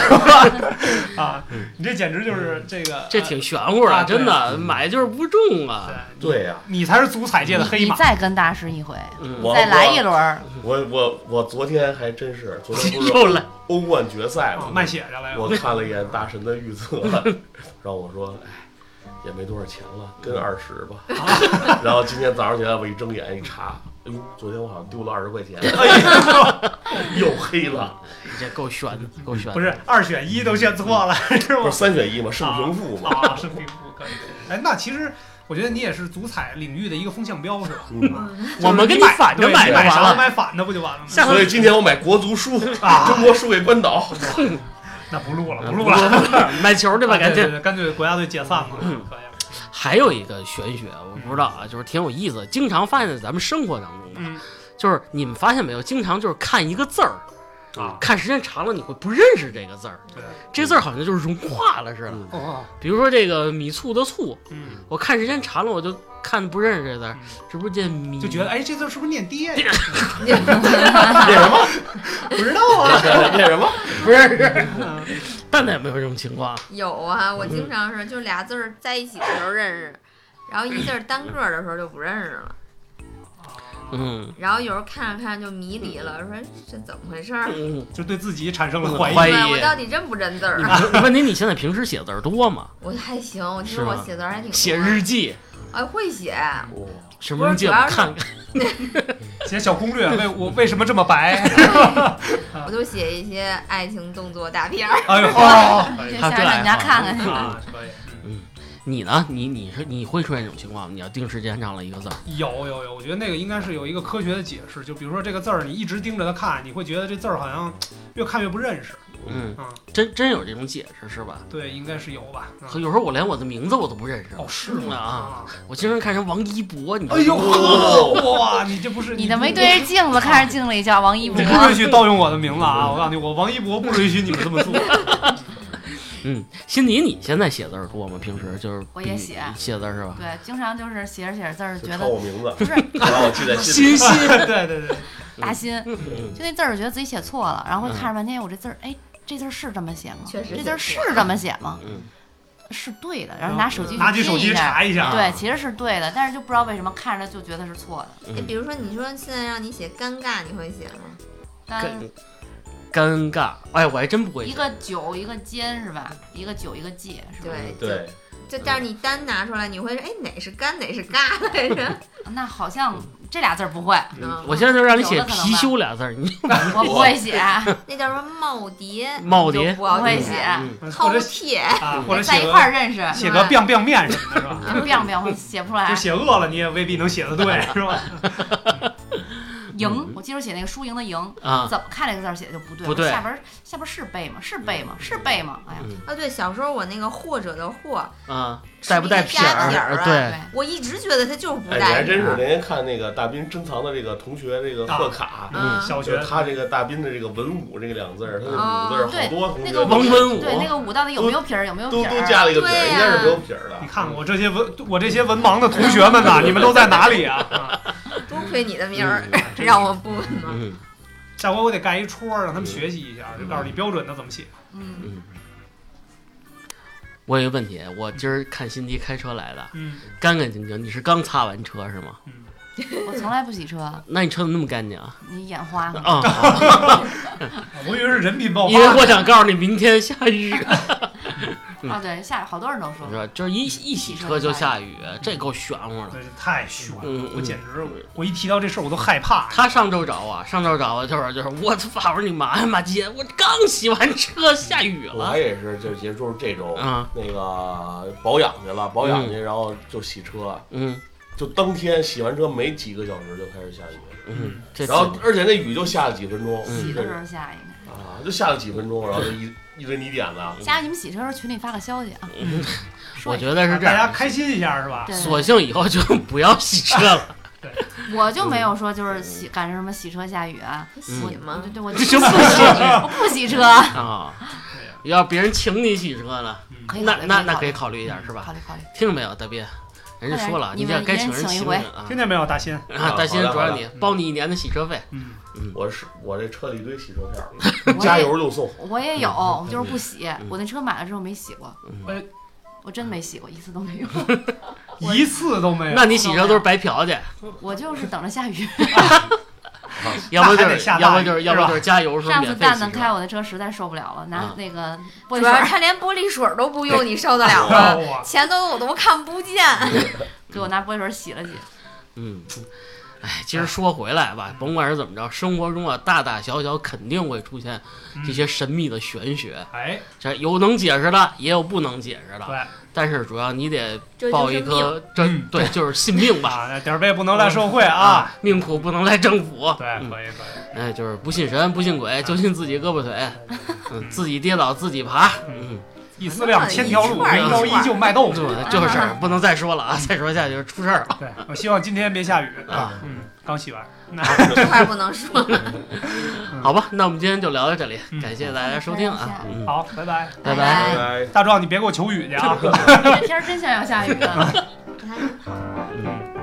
S2: 啊，你这简直就是这个，
S3: 这挺玄乎
S2: 啊
S3: 的，
S2: 对
S3: 真的买就是不中
S2: 对
S3: 啊。，
S4: 对呀、
S2: 你才是足彩界的黑
S1: 你
S2: 马。
S1: 再跟大师一回，
S3: 嗯，
S4: 我
S1: 再来一轮儿，
S4: 我我我昨天还真是，昨天不 是
S3: 又来
S4: 欧冠决赛
S2: 啊
S4: 吗？
S2: 卖血去了
S4: 我
S2: 呀！
S4: 看了一眼大神的预测， 然后我说，哎， 也没多少钱了，跟二十吧。然后今天早上起来我一睁眼一查，哎呦，昨天我好像丢了二 十块钱，哎呦，又黑了，
S3: 你这够悬的，够悬的。
S2: 不是二选一都选错了， 是
S4: 不
S2: 吗
S4: 是？三选一嘛，胜平负嘛，
S2: 啊，是平复可以。哎，那其实我觉得你也是足彩领域的一个风向标，是吧？
S4: 嗯，
S3: 我们跟你反着
S2: 对
S3: 买
S2: 你
S3: 就
S2: 买
S3: 完
S2: 啥
S3: 了。
S2: 买反的不就完了吗？
S3: 下
S4: 所
S3: 回
S4: 以今天我买国足输，
S2: 啊
S4: 中国输给关岛，
S2: 那不录了，
S3: 啊
S2: 不录了，啊
S3: 买球去吧，赶
S2: 对对
S3: 紧。
S2: 对干脆国家队解散了，可以了。
S3: 还有一个玄学，我
S2: 嗯
S3: 不知道啊，就是挺有意思的，经常发现在咱们生活当中吧
S2: 嗯
S3: 就是你们发现没有，经常就是看一个字儿，
S2: 啊
S3: 看时间长了你会不认识这个字儿
S2: 对，
S3: 这字儿好像就是融化了似的。
S4: 嗯
S2: 哦，
S3: 比如说这个米醋的醋，
S2: 嗯，
S3: 我看时间长了我就看不认识这字儿
S2: 嗯，
S3: 这不是见米
S2: 就觉得哎，这字是不是念爹呀？
S4: 念什么？
S2: 不知道啊。
S4: 念什么？
S3: 不认识。 蛋蛋有没有这种情况？
S7: 有啊，我经常是就俩字儿在一起的时候认识，然后一字儿单个儿的时候就不认识了。
S3: 嗯，
S7: 然后有时候看着看着就迷离了，说这怎么回事儿？
S3: 嗯
S2: 就对自己产生了怀疑。
S3: 怀疑
S7: 对。啊我到底认不认字儿
S3: 你
S7: 啊？
S3: 不是问题，你现在平时写字儿多吗？
S7: 我还行，我听
S3: 是
S7: 说
S3: 吗
S7: 我写字儿还挺多
S3: 写日记，
S7: 哎会 写，
S4: 哇
S3: 什么时候借我看看？
S2: 写小攻略，为我为什么这么白？
S7: 我就写一些爱情动作大片儿。
S2: 哎呦，哦
S1: 就
S3: 他
S1: 下
S3: 对
S1: 让人家看看去吧。
S2: 啊，可以。
S3: 你呢？你你是你会出现这种情况吗？你要盯时间长了一个字儿，
S2: 有有有，我觉得那个应该是有一个科学的解释，就比如说这个字儿，你一直盯着它看，你会觉得这字儿好像越看越不认识。
S3: 嗯
S2: 嗯，
S3: 真真有这种解释是吧？
S2: 对，应该是有吧？嗯
S3: 可有时候我连我的名字我都不认识，
S2: 哦，是
S3: 嗯
S2: 吗？
S3: 啊，，我经常看人王一博，你知道
S2: 哎呦，
S3: 吗
S2: 呵哇，你这不是
S1: 你的没对着 镜子看着镜子一叫王一
S2: 你
S1: 博
S2: 不，允许盗用我的名字啊！我告诉你，我王一博不允许你们 这么做。
S3: 嗯，辛迪，你现在写字儿多吗？平时就是
S1: 我也
S3: 比
S1: 写
S3: 写字儿是吧？
S1: 对，经常就是写着写着字儿，
S4: 就
S1: 觉
S4: 抄
S1: 得
S4: 我名字，
S1: 不是
S4: 然后我记在心
S3: 欣
S4: 里。
S3: 欣，
S2: 对对对，
S1: 大新，
S3: 嗯
S1: 就那字儿觉得自己写错了，然后看着半天，我这字儿，
S2: 嗯
S1: 哎，这字儿是这么写吗？
S7: 确实
S1: 这字儿是
S7: 写错了
S1: 这么写吗？
S3: 嗯，
S1: 是对的，然后拿手机去
S2: 拿起手
S1: 拼
S2: 机
S1: 一下
S2: 查一下。啊
S1: 对，其实是对的，但是就不知道为什么看着就觉得是错的。
S7: 哎，比如说你说现在让你写尴尬，你会写吗？
S1: 但
S3: 尴 尴尬，哎，我还真不会
S1: 一
S3: 写。
S1: 个九一个尖是吧？一个九一个戒是吧？
S3: 嗯
S7: 对，
S4: 对，
S7: 就但是你单拿出来，你会哎哪是干哪是尬来着？
S1: 那好像这俩字儿 不会，
S7: 嗯
S3: 嗯我现在就让你写
S1: 有
S3: “
S1: 的可能吧
S3: 貔貅”俩字儿，你
S1: 我不会写，啊
S7: 那叫什么耄耋？
S3: 耄耋
S7: 就不好
S1: 不会
S7: 写
S1: 写。啊
S3: 嗯
S2: 或
S7: 饕
S2: 者
S7: 餮，
S2: 啊，或者
S1: 在
S2: 写
S1: 一块儿
S2: 个
S1: 认识，
S3: 啊
S2: 写个 biang biang 面什么的，是吧？
S1: 不要不要，我写不出来啊
S2: 就。写饿了，你也未必能写得对，
S1: 嗯
S2: 是吧？
S1: 赢，我记住写那个输赢的赢，
S3: 嗯啊，
S1: 怎么看这个字儿写的就不对。
S3: 不对嗯
S1: 我下边儿下边儿是背吗？是背吗？是背吗？哎呀，
S7: 啊，对，小时候我那个或者的或，
S3: 啊，
S7: 是
S3: 带不带撇
S7: 加撇
S3: 儿？
S7: 儿啊
S3: 对，
S1: 对，
S7: 我一直觉得它就是不
S4: 哎，你还
S7: 带。
S2: 嗯
S4: 真是那天看那个大斌珍藏的这个同学这个贺卡，
S7: 嗯，
S2: 小
S4: 就是
S2: 学
S4: 他这个大斌的这个文武这个两个字儿，他的武字儿好多同
S1: 哦那
S4: 学
S1: 个
S4: 都
S3: 王文武
S1: 对那个武到底有没有撇儿？有没有
S4: 都
S1: 撇
S4: 都加
S1: 儿？
S4: 了一个撇儿，
S7: 对呀
S4: 应该是没有撇儿的
S2: 你。看看我这些文，我这些文盲的同学们呐，你们都在哪里啊？啊
S7: 多亏你的名儿
S3: 嗯，
S7: 让我不文盲。
S3: 嗯
S2: 下回我得盖一戳儿，让他们学习一下，就告诉你标准的怎么写。
S1: 嗯，
S3: 嗯。我有一个问题，我今儿看辛迪开车来的，
S2: 嗯，
S3: 干干净净。你是刚擦完车是吗？
S1: 我从来不洗车，
S3: 那你车怎么那么干净啊？
S1: 你眼花吗？
S3: 啊，
S2: 啊我以为是人品爆
S3: 因为
S2: 发。
S3: 我想告诉你，明天下 雨。嗯
S1: 啊，对，下好多人都说
S3: 是吧？就是一一洗车就下雨，这够玄乎的。
S2: 真是太炫了，
S3: 嗯，
S2: 我
S3: 嗯
S2: 简直我我一提到这事儿我都害怕。
S3: 他上周找我，上周找我啊就是就是我操，我说你嘛呀，马姐，我刚洗完车，下雨
S4: 我还
S3: 了。
S4: 也是，就也就是这周
S1: 嗯
S3: 啊，
S4: 那个保养去了，保养去，然后就洗车，
S3: 嗯
S4: 就当天洗完车没几个小时就开始下雨，
S3: 嗯，这次
S4: 然后而且那雨就下了几分钟，
S3: 嗯
S1: 洗
S4: 这
S1: 的时候下一嗯个。
S4: 啊，就下了几分钟，然后就一一堆泥点子，
S1: 下回你们洗车的时候群里发个消息啊，
S3: 嗯我觉得是这
S2: 大家
S3: 样，
S2: 开心一下是吧？
S1: 对，
S3: 索性以后就不要洗车了。
S1: 我就没有说就是洗感觉什么洗车下雨啊，
S3: 嗯
S7: 洗吗
S1: 对？对，我就
S3: 这就不洗
S1: 我不洗 车，
S3: 啊！要别人请你洗车呢，
S1: 可以考
S3: 那
S1: 虑
S3: 那那可以考虑一下是
S1: 考
S3: 吧？
S1: 虑考 虑。
S3: 听着没有，大斌，人家说了，
S1: 你
S3: 你
S1: 们
S3: 这该请
S1: 一人
S3: 人
S1: 请一
S3: 请
S1: 回
S3: 人啊
S2: 听见没有，大新？
S3: 啊！担心
S4: 好的
S3: 主要
S4: 好的
S3: 你包你一年的洗车费，
S2: 嗯，
S4: 我是我这车里一堆洗车片儿，
S1: 我也
S4: 加油就送。
S1: 我也有，我就是不洗
S3: 嗯。
S1: 我那车买了之后没洗过
S2: 哎，
S1: 我真没洗过，一次都 没有。
S2: 一次都
S4: 嗯
S2: 没有。
S3: 那你洗车都是白嫖去，
S1: 我就是等着下雨。
S3: 要不就
S2: 那还得
S3: 是
S2: 下大
S3: 要不
S2: 雨
S3: 就是
S2: 是
S3: 要
S2: 吧
S3: 不 就是加油时候
S1: 上次
S3: 免费洗
S1: 蛋
S3: 车
S1: 蛋开我的车实在受不了了，拿
S3: 啊
S1: 那个玻璃
S7: 主要是
S1: 水
S7: 他连玻璃水都不用，你受得了
S2: 哇
S7: 吗？前头我都看不见。
S1: 给我拿玻璃水洗了洗。
S3: 嗯，哎，其实说回来吧，甭管是怎么着，生活中啊，大大小小肯定会出现这些神秘的玄学，
S2: 嗯哎，
S3: 这有能解释的，也有不能解释的。
S2: 对
S3: 但是主要你得
S7: 这 就
S3: 抱
S7: 是
S3: 一颗
S2: 嗯
S3: 真，对，就是信命吧。
S2: 啊，点儿背不能赖社会啊。，
S3: 命苦不能赖政府。
S2: 对，
S3: 嗯
S2: 可以可以，
S3: 哎，就是不信神，不信鬼，就信自己胳膊腿， 嗯，自己跌倒自己 爬，嗯，
S2: 一思量千条路，
S7: 一串
S3: 儿一
S2: 一刀
S7: 串
S2: 一
S7: 儿
S2: 就卖豆
S3: 对
S2: 腐。，
S3: 嗯就是不能再说了啊，再说下去就出事儿了。
S2: 对，我希望今天别下雨
S3: 啊。
S2: 嗯，刚洗完。
S3: 嗯
S7: 这块儿不能说。
S3: 好吧，那我们今天就聊到这里，
S2: 嗯
S3: 感谢大家收听啊，嗯，
S2: 好，拜拜。
S3: 拜
S7: 拜
S1: 哎
S4: 拜拜。
S2: 大壮，你别给我求雨去啊。
S1: 这天儿真像要下雨了。
S7: 你看
S3: 嗯，